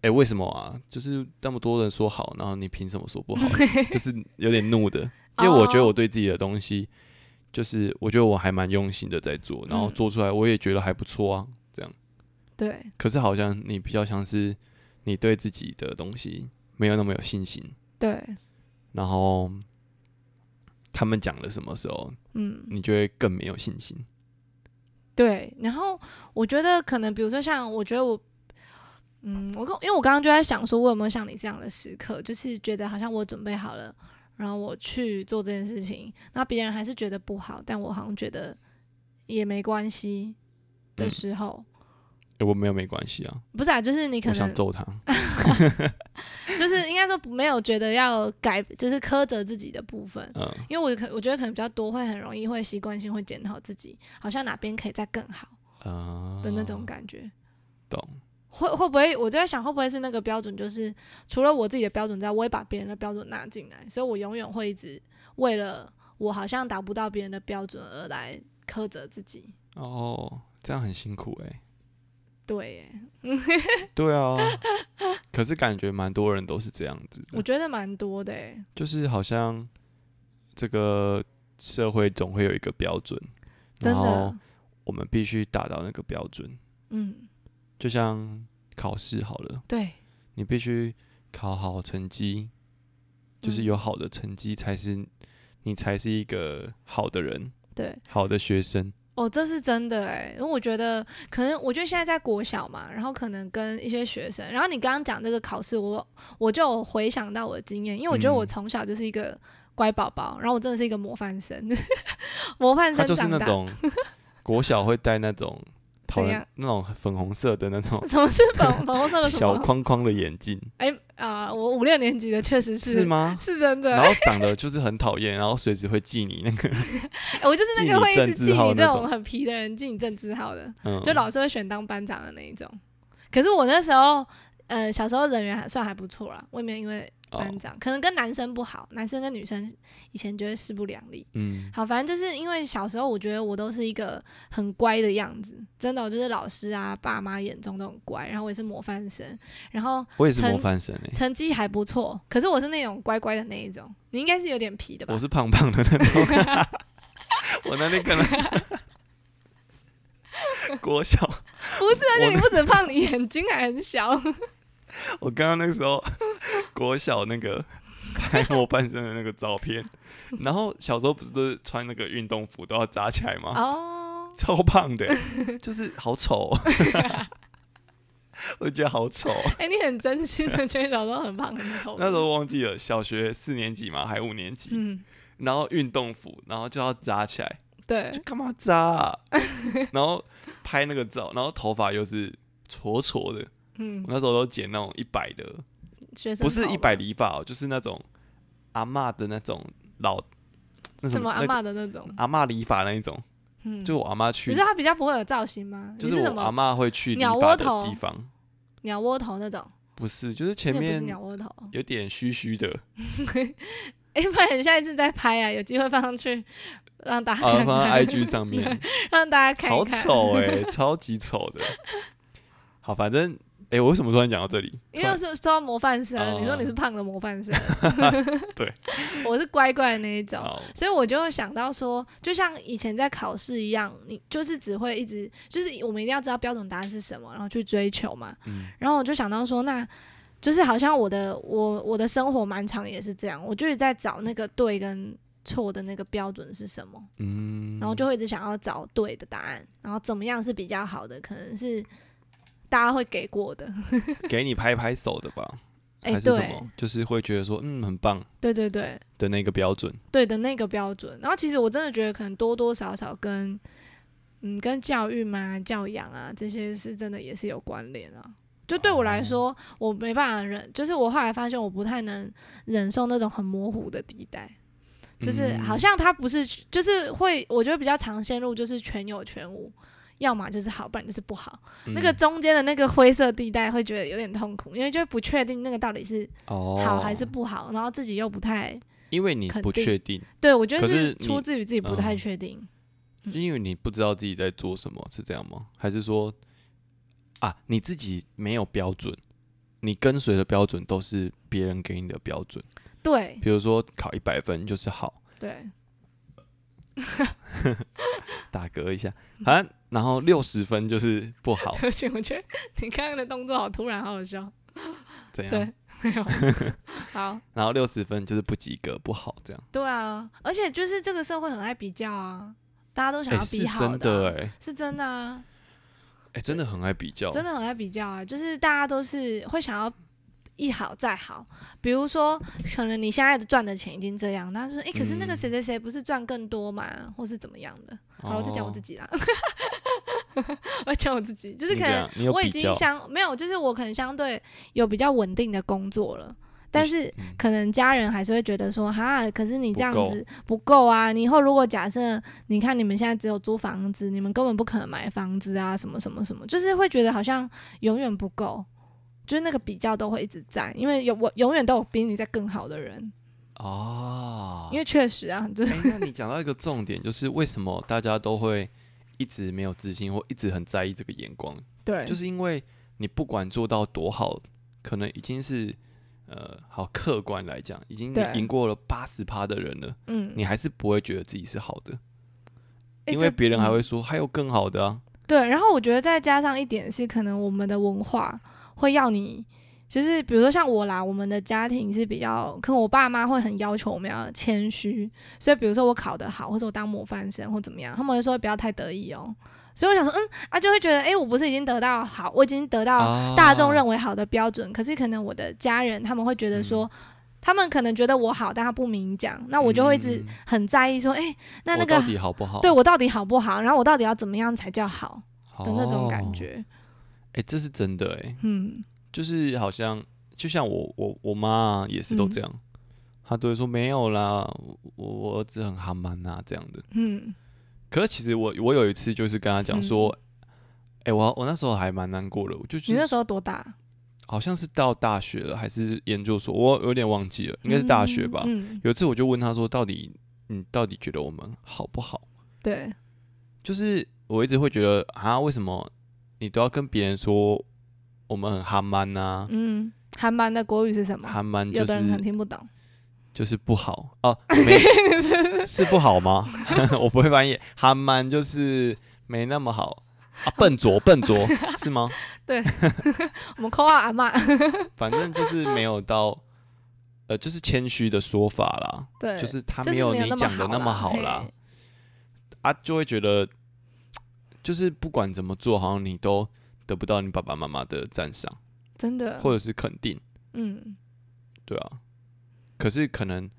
[SPEAKER 1] 哎、为什么啊？就是那么多人说好，然后你凭什么说不 好？就是有点怒的，因为我觉得
[SPEAKER 2] 哦
[SPEAKER 1] 我对自己的东西，就是我觉得我还蛮用心的在做，然后
[SPEAKER 2] 嗯
[SPEAKER 1] 做出来我也觉得还不错啊。
[SPEAKER 2] 对
[SPEAKER 1] 可是好像你比较像是你对自己的东西没有那么有信心，
[SPEAKER 2] 对，
[SPEAKER 1] 然后他们讲了什么时候，
[SPEAKER 2] 嗯。
[SPEAKER 1] 你就会更没有信心。
[SPEAKER 2] 对，然后我觉得可能，比如说像我觉得我，嗯，我跟因为我刚刚就在想说，我有没有像你这样的时刻，就是觉得好像我准备好了，然后我去做这件事情，那别人还是觉得不好，但我好像觉得也没关系的
[SPEAKER 1] 嗯
[SPEAKER 2] 时候，
[SPEAKER 1] 欸我没有没关系啊，
[SPEAKER 2] 不是啊，就是你可
[SPEAKER 1] 我
[SPEAKER 2] 能
[SPEAKER 1] 想揍 他。
[SPEAKER 2] 就是应该说没有觉得要改，就是苛责自己的部分。
[SPEAKER 1] 嗯，
[SPEAKER 2] 因为我可我觉得可能比较多，会很容易会习惯性会检讨自己，好像哪边可以再更好
[SPEAKER 1] 啊
[SPEAKER 2] 的那种感觉。
[SPEAKER 1] 哦懂，
[SPEAKER 2] 会会不会？我就在想，会不会是那个标准，就是除了我自己的标准之外，我也把别人的标准纳进来，所以我永远会一直为了我好像达不到别人的标准而来苛责自己。
[SPEAKER 1] 哦，这样很辛苦哎、
[SPEAKER 2] 对耶，
[SPEAKER 1] 对 啊，可是感觉蛮多人都是这样子的
[SPEAKER 2] 我觉得蛮多的耶。
[SPEAKER 1] 就是好像这个社会总会有一个标准，
[SPEAKER 2] 真
[SPEAKER 1] 然后
[SPEAKER 2] 的，
[SPEAKER 1] 我们必须达到那个标准。
[SPEAKER 2] 嗯，
[SPEAKER 1] 就像考试好了，
[SPEAKER 2] 对，
[SPEAKER 1] 你必须考好成绩，就是
[SPEAKER 2] 嗯
[SPEAKER 1] 有好的成绩才是你才是一个好的人、
[SPEAKER 2] 对，
[SPEAKER 1] 好的学生。
[SPEAKER 2] 哦，这是真的哎，因为我觉得可能，我觉得现在在国小嘛，然后可能跟一些学生，然后你刚刚讲这个考试，我我就有回想到我的经验，因为我觉得我
[SPEAKER 1] 嗯
[SPEAKER 2] 从小就是一个乖宝宝，然后我真的是一个模范生， 模范
[SPEAKER 1] 他
[SPEAKER 2] 生
[SPEAKER 1] 就是
[SPEAKER 2] 长
[SPEAKER 1] 那
[SPEAKER 2] 大。
[SPEAKER 1] 种国小会戴那种讨
[SPEAKER 2] 怎
[SPEAKER 1] 人
[SPEAKER 2] 样
[SPEAKER 1] 那种粉红色的那种
[SPEAKER 2] 什么是粉粉红色的 什
[SPEAKER 1] 小
[SPEAKER 2] 么？
[SPEAKER 1] 框框的眼镜，
[SPEAKER 2] 哎啊、我五六年级的确实是
[SPEAKER 1] 是 吗？
[SPEAKER 2] 是真的，
[SPEAKER 1] 然后长得就是很讨厌，然后随时会记你那 个，
[SPEAKER 2] 哎我就是那
[SPEAKER 1] 记
[SPEAKER 2] 个
[SPEAKER 1] 你
[SPEAKER 2] 会一直
[SPEAKER 1] 政治
[SPEAKER 2] 记
[SPEAKER 1] 号
[SPEAKER 2] 你这
[SPEAKER 1] 那
[SPEAKER 2] 种
[SPEAKER 1] 种
[SPEAKER 2] 很皮的人，记你政治号的，
[SPEAKER 1] 嗯，
[SPEAKER 2] 就老师会选当班长的那一种。可是我那时候，呃，小时候人缘还算还不错啦，未免因为班
[SPEAKER 1] 哦
[SPEAKER 2] 长、可能跟男生不好，男生跟女生以前就会势不两立。
[SPEAKER 1] 嗯，
[SPEAKER 2] 好，反正就是因为小时候，我觉得我都是一个很乖的样子，真的，我就是老师啊、爸妈眼中都很乖，然后我也是模范生，然后
[SPEAKER 1] 我也是模
[SPEAKER 2] 成
[SPEAKER 1] 范生欸诶、
[SPEAKER 2] 成绩还不错，可是我是那种乖乖的那一种，你应该是有点皮的吧
[SPEAKER 1] 我？是胖胖的那种， 我那里可能 国小，
[SPEAKER 2] 不是，而且你不止胖，你眼睛还 很小。
[SPEAKER 1] 我刚刚那个时 候国小那个拍模范生的那个照片，然后小时候不是都是穿那个运动服都要扎起来吗？
[SPEAKER 2] 哦，
[SPEAKER 1] 超胖的， 就是好丑哦， 我觉得好丑哦。
[SPEAKER 2] 哎、你很真心的觉得小时候很胖很丑。
[SPEAKER 1] 那时候忘记了小学四年级嘛，还五年级，
[SPEAKER 2] 哦嗯，
[SPEAKER 1] 然后运动服，然后就要扎起来，
[SPEAKER 2] 对
[SPEAKER 1] 就，干嘛扎、 啊？然后拍那个照，然后头发又是矬矬的，
[SPEAKER 2] 嗯
[SPEAKER 1] 我，那时候都剪那种一百的，
[SPEAKER 2] 学生
[SPEAKER 1] 不是
[SPEAKER 2] 头
[SPEAKER 1] 一
[SPEAKER 2] 吧
[SPEAKER 1] 百理发、哦，就是那种阿嬷的那种老，那
[SPEAKER 2] 什么阿
[SPEAKER 1] 那个
[SPEAKER 2] 嬷的那种，
[SPEAKER 1] 阿嬷理发那一种，
[SPEAKER 2] 嗯，
[SPEAKER 1] 就我阿嬷去
[SPEAKER 2] 你，说他比较不会有造型吗？
[SPEAKER 1] 就
[SPEAKER 2] 你是什
[SPEAKER 1] 我阿
[SPEAKER 2] 么
[SPEAKER 1] 嬷会去理
[SPEAKER 2] 鸟
[SPEAKER 1] 发
[SPEAKER 2] 窝
[SPEAKER 1] 的
[SPEAKER 2] 头
[SPEAKER 1] 地方，
[SPEAKER 2] 鸟窝头那种？
[SPEAKER 1] 不是，就是前
[SPEAKER 2] 你也不是
[SPEAKER 1] 面
[SPEAKER 2] 鸟窝头。
[SPEAKER 1] 有点虚虚 的，
[SPEAKER 2] 哎、不然你下一次再拍啊，有机会放上去让大家
[SPEAKER 1] 啊，
[SPEAKER 2] 看
[SPEAKER 1] 放在
[SPEAKER 2] 看，
[SPEAKER 1] IG 上面，
[SPEAKER 2] 让大家看
[SPEAKER 1] 好
[SPEAKER 2] 一看。
[SPEAKER 1] 丑哎、 超级丑的。好，反正哎、我为什么突然讲到这里？突
[SPEAKER 2] 因为
[SPEAKER 1] 然
[SPEAKER 2] 是说到模范生，
[SPEAKER 1] 哦
[SPEAKER 2] 你说你是胖的模范生，
[SPEAKER 1] 对，
[SPEAKER 2] 我是乖乖的那一种，
[SPEAKER 1] 好
[SPEAKER 2] 所以我就想到说，就像以前在考试一样，你就是只会一直，就是我们一定要知道标准答案是什么，然后去追求嘛。
[SPEAKER 1] 嗯
[SPEAKER 2] 然后我就想到说，那就是好像我的我我的生活蛮长也是这样，我就是在找那个对跟错的那个标准是什么。
[SPEAKER 1] 嗯，
[SPEAKER 2] 然后就会一直想要找对的答案，然后怎么样是比较好的，可能是大家会给过的，
[SPEAKER 1] 给你拍拍手的吧。
[SPEAKER 2] 哎
[SPEAKER 1] 还是什
[SPEAKER 2] 对
[SPEAKER 1] 么，就是会觉得说嗯很棒
[SPEAKER 2] 对对对
[SPEAKER 1] 的那个标准。
[SPEAKER 2] 对的那个标准。然后其实我真的觉得可能多多少少跟嗯跟教育嘛、教养啊这些是真的也是有关联啊。就对我来
[SPEAKER 1] 哦
[SPEAKER 2] 说，我没办法忍，就是我后来发现我不太能忍受那种很模糊的地带。就是
[SPEAKER 1] 嗯
[SPEAKER 2] 好像他不是，就是会，我觉得比较常陷入就是全有全无，要么就是好，不然就是不好。那个
[SPEAKER 1] 嗯
[SPEAKER 2] 中间的那个灰色地带会觉得有点痛苦，因为就不确定那个到底是
[SPEAKER 1] 哦
[SPEAKER 2] 好还是不好，然后自己又不太，
[SPEAKER 1] 因为你
[SPEAKER 2] 肯
[SPEAKER 1] 不
[SPEAKER 2] 定
[SPEAKER 1] 确定，
[SPEAKER 2] 对我觉得
[SPEAKER 1] 可是你
[SPEAKER 2] 出自于自己不太
[SPEAKER 1] 嗯
[SPEAKER 2] 确定。嗯
[SPEAKER 1] 因为你不知道自己在做什么，是这样吗？还是说啊你自己没有标准，你跟随的标准都是别人给你的标准？
[SPEAKER 2] 对
[SPEAKER 1] 比如说考一百分就是好，
[SPEAKER 2] 对，
[SPEAKER 1] 打嗝一下啊，然后六十分就是不 好，
[SPEAKER 2] 而且我觉得你刚刚的动作好突然，好好笑。
[SPEAKER 1] 怎样
[SPEAKER 2] 对？，没有，好，
[SPEAKER 1] 然后六十分就是不及格，不好这样。
[SPEAKER 2] 对啊，而且就是这个社会很爱比较啊，大家都想
[SPEAKER 1] 哎、
[SPEAKER 2] 要
[SPEAKER 1] 是
[SPEAKER 2] 比好
[SPEAKER 1] 真
[SPEAKER 2] 的
[SPEAKER 1] 的
[SPEAKER 2] 啊
[SPEAKER 1] 哎、
[SPEAKER 2] 是真的啊。
[SPEAKER 1] 哎、真的很爱比较，
[SPEAKER 2] 真的很爱比较啊，就是大家都是会想要一好再好。比如说，可能你现在赚的钱已经这样，那就说，哎、可是那个
[SPEAKER 1] 嗯
[SPEAKER 2] 谁谁谁不是赚更多嘛，或是怎么样的？好了，我再讲我自
[SPEAKER 1] 己，
[SPEAKER 2] 己啦， 我讲我自己，就是
[SPEAKER 1] 你
[SPEAKER 2] 可
[SPEAKER 1] 怎
[SPEAKER 2] 能
[SPEAKER 1] 样哦你有
[SPEAKER 2] 我已
[SPEAKER 1] 比
[SPEAKER 2] 经
[SPEAKER 1] 较
[SPEAKER 2] 相没有，就是我可能相对有比较稳定的工作了，但是
[SPEAKER 1] 嗯
[SPEAKER 2] 可能家人还是会觉得说，哈，可是你这
[SPEAKER 1] 不
[SPEAKER 2] 样
[SPEAKER 1] 够
[SPEAKER 2] 子不够啊！你以后如果假设，你看你们现在只有租房子，你们根本不可能买房子啊，什么什么什么，就是会觉得好像永远不够，就是那个比较都会一直在，因为有我永远都有比你在更好的人，
[SPEAKER 1] 哦，
[SPEAKER 2] 因为确实啊，就是
[SPEAKER 1] 哎、那你讲到一个重点，就是为什么大家都会一直没有自信，或一直很在意这个眼光，
[SPEAKER 2] 对，
[SPEAKER 1] 就是因为你不管做到多好，可能已经是呃，好客观来讲，已经
[SPEAKER 2] 对
[SPEAKER 1] 赢过了八十趴的人了，
[SPEAKER 2] 嗯，
[SPEAKER 1] 你还是不会觉得自己是好的，
[SPEAKER 2] 诶
[SPEAKER 1] 因为
[SPEAKER 2] 这
[SPEAKER 1] 别人还
[SPEAKER 2] 嗯
[SPEAKER 1] 会说还有更好的啊，
[SPEAKER 2] 对，然后我觉得再加上一点是，可能我们的文化会要你，就是比如说像我啦，我们的家庭是比较，可能我爸妈会很要求我们要谦虚，所以比如说我考得好，或者我当模范生或怎么样，他们会说不要太得意哦。所以我想说，嗯啊，就会觉得，哎，我不是已经得到好，我已经得到
[SPEAKER 1] 啊
[SPEAKER 2] 大众认为好的标准，可是可能我的家人他们会觉得说。
[SPEAKER 1] 嗯
[SPEAKER 2] 他们可能觉得我好，但他不明讲，那我就会一直
[SPEAKER 1] 嗯
[SPEAKER 2] 很在意说，哎、那那
[SPEAKER 1] 我
[SPEAKER 2] 个
[SPEAKER 1] 到底好不好？
[SPEAKER 2] 对我到底好不好，然后我到底要怎么样才叫好？
[SPEAKER 1] 的
[SPEAKER 2] 的那种感。
[SPEAKER 1] 哦
[SPEAKER 2] 觉。
[SPEAKER 1] 哎、这是真的哎、
[SPEAKER 2] 嗯，
[SPEAKER 1] 就是好像就像我我我妈啊也是都这
[SPEAKER 2] 嗯
[SPEAKER 1] 样，她都会说没有啦，我我儿子很哈蛮啊这样的。
[SPEAKER 2] 嗯，
[SPEAKER 1] 可是其实我我有一次就是跟她讲说，
[SPEAKER 2] 嗯
[SPEAKER 1] 哎、我我那时候还蛮难过的，我就
[SPEAKER 2] 你
[SPEAKER 1] 觉
[SPEAKER 2] 那
[SPEAKER 1] 得
[SPEAKER 2] 时候多大？
[SPEAKER 1] 好像是到大学了还是研究所，我有点忘记了，应该是大学吧。
[SPEAKER 2] 嗯，嗯
[SPEAKER 1] 有一次我就问她说，到底你到底觉得我们好不好？
[SPEAKER 2] 对，
[SPEAKER 1] 就是我一直会觉得啊，为什么你都要跟别人说我们很哈蛮啊？
[SPEAKER 2] 嗯，韩版的国语是什么？
[SPEAKER 1] 哈蛮就
[SPEAKER 2] 有的人
[SPEAKER 1] 是
[SPEAKER 2] 很听不懂。
[SPEAKER 1] 就是不好 哦，没是不好吗？ 我不会翻译，韩蛮就是没那么好啊，笨拙笨拙是吗？
[SPEAKER 2] 我们扣号阿妈，
[SPEAKER 1] 反正就是没有到，呃，就是谦虚的说法啦，
[SPEAKER 2] 对，
[SPEAKER 1] 就是他
[SPEAKER 2] 就
[SPEAKER 1] 没
[SPEAKER 2] 是
[SPEAKER 1] 有
[SPEAKER 2] 没有
[SPEAKER 1] 你
[SPEAKER 2] 那么
[SPEAKER 1] 讲的那么
[SPEAKER 2] 好
[SPEAKER 1] 好
[SPEAKER 2] 啦
[SPEAKER 1] 啦
[SPEAKER 2] 嘿，
[SPEAKER 1] 啊，就会觉得就是不管怎么做，好像你都得不到你爸爸妈妈的赞赏
[SPEAKER 2] 真的，
[SPEAKER 1] 或者是肯定，
[SPEAKER 2] 嗯，
[SPEAKER 1] 对啊，可是可能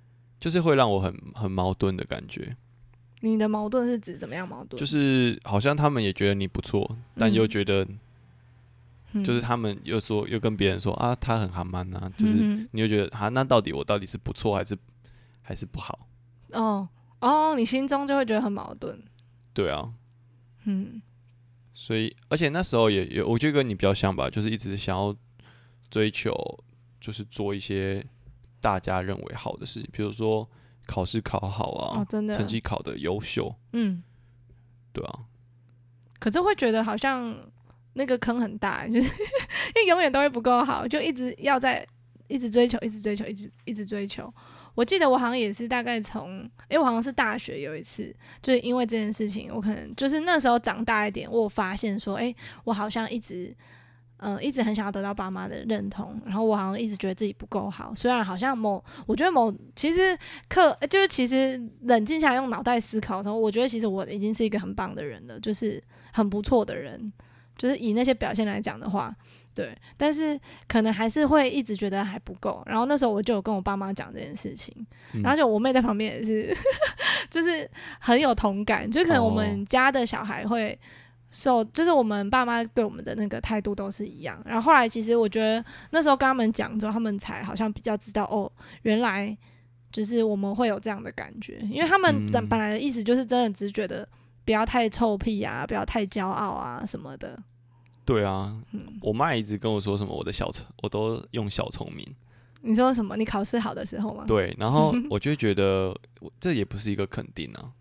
[SPEAKER 1] 就是会让我很很矛盾的感觉，
[SPEAKER 2] 你的矛盾是指怎么样矛盾？
[SPEAKER 1] 就，是好像他们也觉得你不错，但又
[SPEAKER 2] 嗯
[SPEAKER 1] 觉得就是，他们又说又跟别人说啊，他很韩漫啊，就是
[SPEAKER 2] 嗯
[SPEAKER 1] 你又觉得啊，那到底我到底是不错还是还是不好？
[SPEAKER 2] 哼哦哦，你心中就会觉得很矛盾，
[SPEAKER 1] 对啊，
[SPEAKER 2] 嗯，
[SPEAKER 1] 所以而且那时候也也，我觉得跟你比较像吧，就是一直想要追求，就是做一些大家认为好的事情，比如说考试考好啊，
[SPEAKER 2] 哦，真的，
[SPEAKER 1] 成绩考得优秀，
[SPEAKER 2] 嗯，
[SPEAKER 1] 对啊，
[SPEAKER 2] 可是会觉得好像那个坑很大， 就是因为永远都会不够好，就一直要在一直追求，一直追求，一直一直追求。我记得我好像也是大概从，因为我好像是大学有一次，就是因为这件事情，我可能就是那时候长大一点，我有发现说，诶，我好像一直，嗯、一直很想要得到爸妈的认同，然后我好像一直觉得自己不够好，虽然好像某，我觉得某其实课就是其实冷静下来用脑袋思考的时候，我觉得其实我已经是一个很棒的人了，就是很不错的人，就是以那些表现来讲的话，对，但是可能还是会一直觉得还不够。然后那时候我就有跟我爸妈讲这件事情，
[SPEAKER 1] 嗯
[SPEAKER 2] 然后就我妹在旁边也是， 就是很有同感，就可能我
[SPEAKER 1] 哦
[SPEAKER 2] 们家的小孩会受，就是我们爸妈对我们的那个态度都是一样。然后后来其实我觉得那时候跟他们讲之后，他们才好像比较知道哦，原来就是我们会有这样的感觉，因为他们
[SPEAKER 1] 嗯
[SPEAKER 2] 本本来的意思就是真的只是觉得不要太臭屁啊，不要太骄傲啊什么的，
[SPEAKER 1] 对啊，
[SPEAKER 2] 嗯。
[SPEAKER 1] 我妈一直跟我说什么我的小聪，我都用小聪明。
[SPEAKER 2] 你说什么？你考试好的时候吗？
[SPEAKER 1] 对，然 后我就会觉得我这也不是一个肯定啊。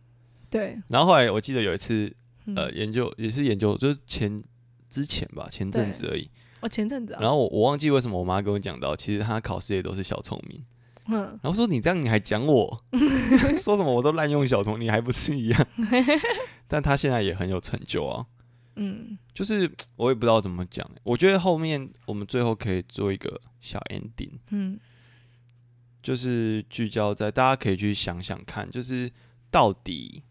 [SPEAKER 2] 对，
[SPEAKER 1] 然后后来我记得有一次，
[SPEAKER 2] 嗯
[SPEAKER 1] 呃，研究也是研究，就是前之前吧，前阵子而已。
[SPEAKER 2] 我前阵子、啊，
[SPEAKER 1] 然后我我忘记为什么我妈跟我讲到，其实她考试也都是小聪明。
[SPEAKER 2] 嗯，
[SPEAKER 1] 然后说你这样你还讲 我，说什么我都滥用小聪明，你还不是一样？但她现在也很有成就啊。
[SPEAKER 2] 嗯，
[SPEAKER 1] 就是我也不知道怎么讲欸，我觉得后面我们最后可以做一个小 ending，
[SPEAKER 2] 嗯，
[SPEAKER 1] 就是聚焦在大家可以去想想看，就是到底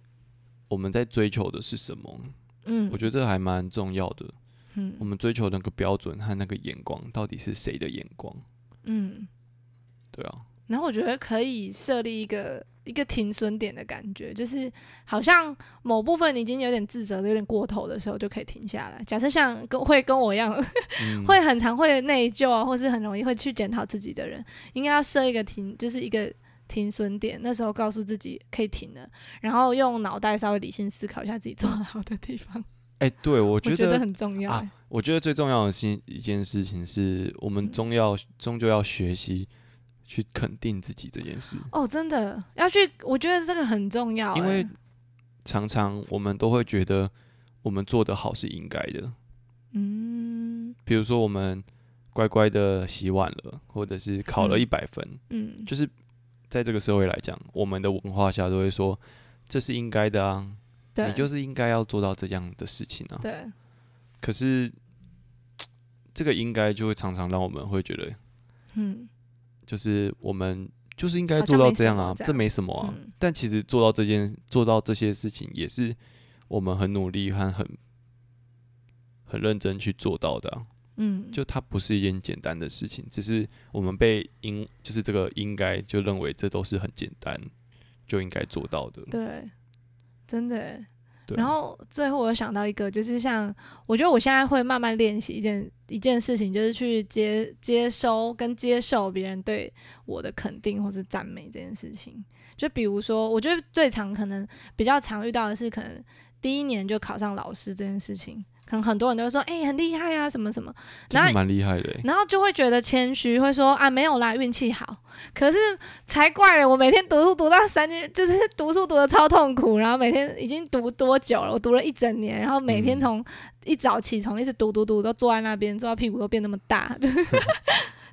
[SPEAKER 1] 我们在追求的是什么？
[SPEAKER 2] 嗯，
[SPEAKER 1] 我觉得这还蛮重要的。
[SPEAKER 2] 嗯
[SPEAKER 1] 我们追求的那个标准和那个眼光，到底是谁的眼光？
[SPEAKER 2] 嗯，
[SPEAKER 1] 对啊，
[SPEAKER 2] 然后我觉得可以设立一个一个停损点的感觉，就是好像某部分你已经有点自责的、有点过头的时候，就可以停下来。假设像跟会跟我一样，
[SPEAKER 1] 嗯、
[SPEAKER 2] 会很常会内疚啊，或是很容易会去检讨自己的人，应该要设一个停，就是一个停损点。那时候告诉自己可以停了，然后用脑袋稍微理性思考一下自己做得好的地方，
[SPEAKER 1] 哎、对我
[SPEAKER 2] 我
[SPEAKER 1] 觉
[SPEAKER 2] 得
[SPEAKER 1] 得，
[SPEAKER 2] 很重要、欸
[SPEAKER 1] 啊我觉得最重要的是一件事情是，我们
[SPEAKER 2] 嗯
[SPEAKER 1] 终要终究要学习去肯定自己这件事。
[SPEAKER 2] 哦，真的要去，我觉得这个很重要、
[SPEAKER 1] 因
[SPEAKER 2] 哎
[SPEAKER 1] 为常常我们都会觉得我们做得好是应该的，
[SPEAKER 2] 嗯
[SPEAKER 1] 比如说我们乖乖的洗碗了，或者是考了
[SPEAKER 2] 嗯
[SPEAKER 1] 一百分，
[SPEAKER 2] 嗯
[SPEAKER 1] 就是在这个社会来讲，我们的文化下都会说这是应该的啊，
[SPEAKER 2] 对，
[SPEAKER 1] 你就是应该要做到这样的事情啊。
[SPEAKER 2] 对。
[SPEAKER 1] 可是这个应该就会常常让我们会觉得，
[SPEAKER 2] 嗯
[SPEAKER 1] 就是我们就是应该
[SPEAKER 2] 好
[SPEAKER 1] 做
[SPEAKER 2] 像
[SPEAKER 1] 到
[SPEAKER 2] 没
[SPEAKER 1] 这
[SPEAKER 2] 什
[SPEAKER 1] 样
[SPEAKER 2] 么
[SPEAKER 1] 啊，
[SPEAKER 2] 这
[SPEAKER 1] 这
[SPEAKER 2] 样
[SPEAKER 1] 没什么啊。
[SPEAKER 2] 嗯
[SPEAKER 1] 但其实做到这件做到这些事情，也是我们很努力和很很认真去做到的啊、
[SPEAKER 2] 嗯，
[SPEAKER 1] 就它不是一件简单的事情，只是我们被应就是这个应该就认为这都是很简单就应该做到的。
[SPEAKER 2] 对，真的耶。
[SPEAKER 1] 对，啊
[SPEAKER 2] 然后最后我又想到一个，就是像我觉得我现在会慢慢练习一件一件事情，就是去接接收跟接受别人对我的肯定或是赞美这件事情。就比如说，我觉得最常可能比较常遇到的是，可能第一年就考上老师这件事情，可能很多人都会说：“哎、很厉害啊，什么什么。”
[SPEAKER 1] 真
[SPEAKER 2] 然
[SPEAKER 1] 的
[SPEAKER 2] 后
[SPEAKER 1] 蛮厉害的欸、
[SPEAKER 2] 然后就会觉得谦虚，会说啊没有啦，运气好。可是才怪了，我每天读书读到三年，就是读书读的超痛苦，然后每天已经读多久了？我读了一整年，然后每天
[SPEAKER 1] 嗯
[SPEAKER 2] 从一早起床一直读读读，都坐在那边，坐到屁股都变那么大。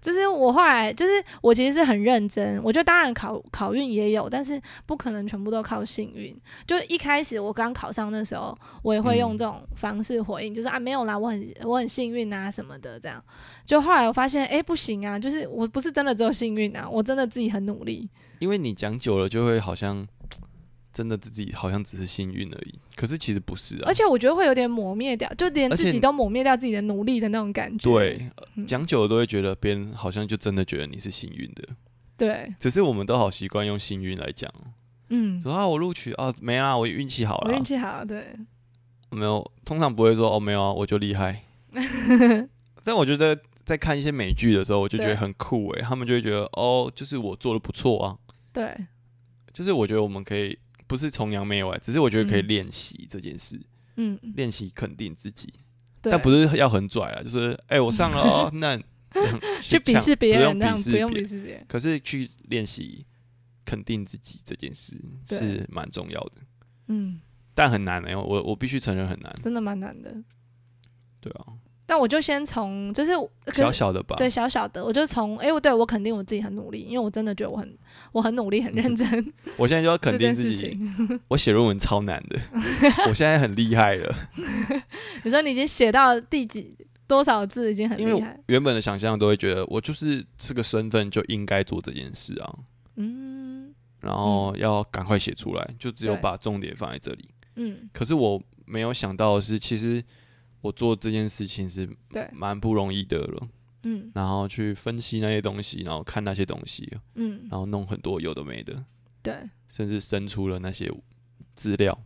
[SPEAKER 2] 就是我后来，就是我其实是很认真，我觉得当然考考运也有，但是不可能全部都靠幸运。就一开始我刚考上的时候，我也会用
[SPEAKER 1] 嗯
[SPEAKER 2] 这种方式回应，就是啊没有啦，我很我很幸运啊什么的这样。就后来我发现，哎、不行啊，就是我不是真的只有幸运啊，我真的自己很努力。
[SPEAKER 1] 因为你讲久了就会好像真的自己好像只是幸运而已，可是其实不是啊。
[SPEAKER 2] 而且我觉得会有点抹灭掉，就连
[SPEAKER 1] 而且
[SPEAKER 2] 自己都抹灭掉自己的努力的那种感觉。
[SPEAKER 1] 对，呃
[SPEAKER 2] 嗯
[SPEAKER 1] 讲久了都会觉得别人好像就真的觉得你是幸运的，
[SPEAKER 2] 对，
[SPEAKER 1] 只是我们都好习惯用幸运来讲，
[SPEAKER 2] 嗯，
[SPEAKER 1] 说啊我录取啊没啦，我运气好
[SPEAKER 2] 我
[SPEAKER 1] 啦
[SPEAKER 2] 运，气好，对，
[SPEAKER 1] 没有，通常不会说哦没有啊，我就厉 害。但我觉得在看一些美剧的时候，我就觉得
[SPEAKER 2] 对
[SPEAKER 1] 很酷欸诶、他们就会觉得哦，就是我做的不错啊，
[SPEAKER 2] 对，
[SPEAKER 1] 就是我觉得我们可以不是崇洋媚外，只是我觉得可以
[SPEAKER 2] 嗯
[SPEAKER 1] 练习这件事，
[SPEAKER 2] 嗯，
[SPEAKER 1] 练习肯定自己。
[SPEAKER 2] 对，
[SPEAKER 1] 但不是要很拽啊，就是哎、我上 了哦，那
[SPEAKER 2] 去
[SPEAKER 1] 去
[SPEAKER 2] 鄙视别人，这样
[SPEAKER 1] 不
[SPEAKER 2] 不
[SPEAKER 1] 用
[SPEAKER 2] 用
[SPEAKER 1] 别
[SPEAKER 2] 鄙
[SPEAKER 1] 人。
[SPEAKER 2] 视别人。
[SPEAKER 1] 可是去练习肯定自己这件事
[SPEAKER 2] 对
[SPEAKER 1] 是蛮重要的，
[SPEAKER 2] 嗯，
[SPEAKER 1] 但很难哎、我我必须承认很难，
[SPEAKER 2] 真的蛮难的。
[SPEAKER 1] 对啊，
[SPEAKER 2] 但我就先从，就是可是
[SPEAKER 1] 小小的吧，
[SPEAKER 2] 对小小的，我就从，哎、我对我肯定我自己很努力，因为我真的觉得我很我很努力， 很认真
[SPEAKER 1] 我现在就要
[SPEAKER 2] 这
[SPEAKER 1] 肯定
[SPEAKER 2] 件
[SPEAKER 1] 自
[SPEAKER 2] 事
[SPEAKER 1] 己，
[SPEAKER 2] 情。
[SPEAKER 1] 我写论文超难的，我现在很厉害了，
[SPEAKER 2] 你说你已经写到第几多少字，已经很
[SPEAKER 1] 因为
[SPEAKER 2] 厉
[SPEAKER 1] 我
[SPEAKER 2] 害。
[SPEAKER 1] 原本的想象都会觉得我就是这个身份就应该做这件事啊，
[SPEAKER 2] 嗯
[SPEAKER 1] 然后要赶快写出来，就只有
[SPEAKER 2] 对
[SPEAKER 1] 把重点放在这里。
[SPEAKER 2] 嗯
[SPEAKER 1] 可是我没有想到的是，其实我做这件事情是
[SPEAKER 2] 对，
[SPEAKER 1] 蛮不容易的了。
[SPEAKER 2] 嗯
[SPEAKER 1] 然后去分析那些东西，然后看那些东西，
[SPEAKER 2] 嗯，
[SPEAKER 1] 然后弄很多有的没的，
[SPEAKER 2] 对，
[SPEAKER 1] 甚至生出了那些资料，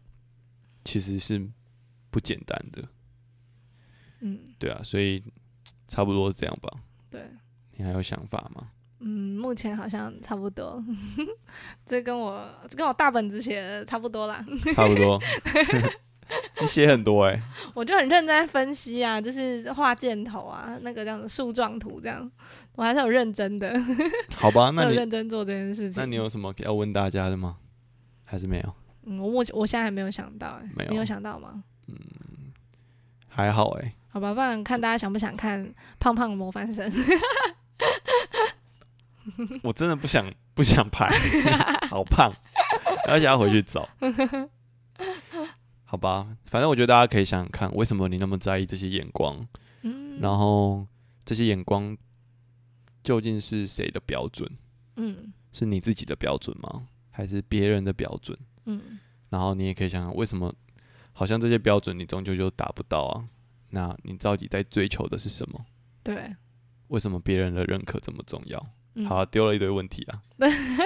[SPEAKER 1] 其实是不简单的。
[SPEAKER 2] 嗯
[SPEAKER 1] 对啊，所以差不多是这样吧。
[SPEAKER 2] 对，
[SPEAKER 1] 你还有想法吗？
[SPEAKER 2] 嗯，目前好像差不多， 这跟我这跟我大本子写的差不多啦。
[SPEAKER 1] 差不多。 你写很多哎、
[SPEAKER 2] 我就很认真在分析啊，就是画箭头啊，那个叫什么树状图这样， 我还是有认真的，
[SPEAKER 1] 好吧，
[SPEAKER 2] 我
[SPEAKER 1] 那
[SPEAKER 2] 有
[SPEAKER 1] 你
[SPEAKER 2] 认真做这件事情。
[SPEAKER 1] 那你有什么要问大家的吗？还是没有？
[SPEAKER 2] 嗯，我目前我现在还没有想到、欸，
[SPEAKER 1] 没有
[SPEAKER 2] 你有想到吗？
[SPEAKER 1] 嗯还好哎、
[SPEAKER 2] 好吧，不然看大家想不想看胖胖的模范生。
[SPEAKER 1] 我真的不想 不想拍，好胖，而且要回去找。好吧，反正我觉得大家可以想想看，为什么你那么在意这些眼光，
[SPEAKER 2] 嗯，
[SPEAKER 1] 然后这些眼光究竟是谁的标准？
[SPEAKER 2] 嗯
[SPEAKER 1] 是你自己的标准吗？还是别人的标准？
[SPEAKER 2] 嗯
[SPEAKER 1] 然后你也可以想想，为什么好像这些标准你终究就达不到啊？那你到底在追求的是什么？
[SPEAKER 2] 对，
[SPEAKER 1] 为什么别人的认可这么重要？
[SPEAKER 2] 嗯，
[SPEAKER 1] 好啊、丢了一堆问题啊，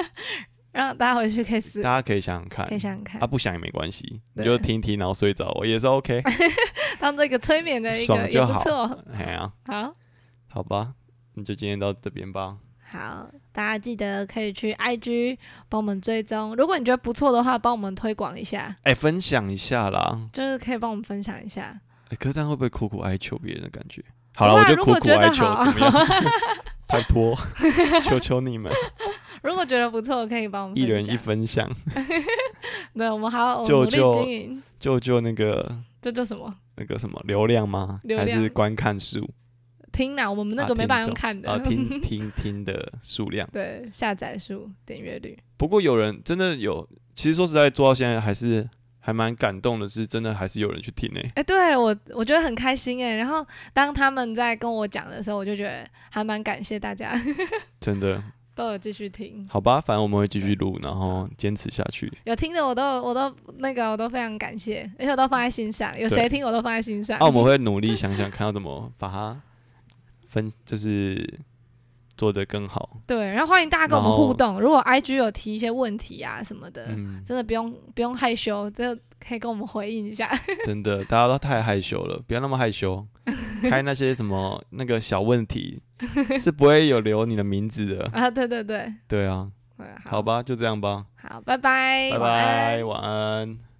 [SPEAKER 2] 让大家回去可以思
[SPEAKER 1] 大家可以想想看
[SPEAKER 2] 可以，想想看
[SPEAKER 1] 啊，，不想也没关系，你
[SPEAKER 2] 对
[SPEAKER 1] 就听一听，然后睡着，我也是 OK，
[SPEAKER 2] 当这个催眠的一
[SPEAKER 1] 爽
[SPEAKER 2] 个也
[SPEAKER 1] 就
[SPEAKER 2] 不
[SPEAKER 1] 好
[SPEAKER 2] 错。
[SPEAKER 1] 哎呀、
[SPEAKER 2] 好
[SPEAKER 1] 好吧，那就今天到这边吧，
[SPEAKER 2] 好，大家记得可以去 IG 帮我们追踪，如果你觉得不错的话，帮我们推广一下，
[SPEAKER 1] 哎、分享一下啦，
[SPEAKER 2] 就是可以帮我们分享一下。
[SPEAKER 1] 哎、可是这样会不会苦苦哀求别人的感觉？好了，
[SPEAKER 2] 不
[SPEAKER 1] 我
[SPEAKER 2] 会啊
[SPEAKER 1] 就
[SPEAKER 2] 如
[SPEAKER 1] 苦
[SPEAKER 2] 果
[SPEAKER 1] 苦
[SPEAKER 2] 觉得
[SPEAKER 1] 哀求，
[SPEAKER 2] 好
[SPEAKER 1] 怎么样？ 拜托，求求你们，
[SPEAKER 2] 如果觉得不错，可以帮我们
[SPEAKER 1] 一
[SPEAKER 2] 分
[SPEAKER 1] 人
[SPEAKER 2] 享
[SPEAKER 1] 一。分享，
[SPEAKER 2] 对，我们好好我们
[SPEAKER 1] 就
[SPEAKER 2] 努力
[SPEAKER 1] 就
[SPEAKER 2] 经营，
[SPEAKER 1] 救救那个
[SPEAKER 2] 这叫什么？
[SPEAKER 1] 那个什么流量吗？
[SPEAKER 2] 流
[SPEAKER 1] 还是
[SPEAKER 2] 量
[SPEAKER 1] 观看数
[SPEAKER 2] 听啦，我们那
[SPEAKER 1] 啊
[SPEAKER 2] 个没
[SPEAKER 1] 听
[SPEAKER 2] 办法用
[SPEAKER 1] 众
[SPEAKER 2] 看的。
[SPEAKER 1] 啊？听听听的数量。
[SPEAKER 2] 对，下载数、点阅率，
[SPEAKER 1] 不过有人真的有，其实说实在，做到现在还是还蛮感动的，是真的还是有人去听诶、欸
[SPEAKER 2] 哎、对我我觉得很开心哎。然后当他们在跟我讲的时候，我就觉得还蛮感谢大家
[SPEAKER 1] 真的。
[SPEAKER 2] 都有继续听，
[SPEAKER 1] 好吧，反正我们会继续录，然后坚持下去。
[SPEAKER 2] 有听的我都我都那个我都非常感谢，而且我都放在心上，有
[SPEAKER 1] 对
[SPEAKER 2] 谁听我都放在心上。
[SPEAKER 1] 那、啊我们会努力想想看要怎么把它分，就是做得更好。
[SPEAKER 2] 对，然后欢迎大家跟我们
[SPEAKER 1] 然后
[SPEAKER 2] 互动，如果 IG 有提一些问题啊什么的，
[SPEAKER 1] 嗯，
[SPEAKER 2] 真的不用不用害羞，这可以跟我们回应一下。
[SPEAKER 1] 真的，大家都太害羞了，不要那么害羞。开那些什么那个小问题，是不会有留你的名字的。
[SPEAKER 2] 啊，对对对，
[SPEAKER 1] 对啊，
[SPEAKER 2] 嗯
[SPEAKER 1] 好，吧，就这样吧，
[SPEAKER 2] 好，拜拜，
[SPEAKER 1] 拜
[SPEAKER 2] 哎晚安
[SPEAKER 1] 拜，晚安。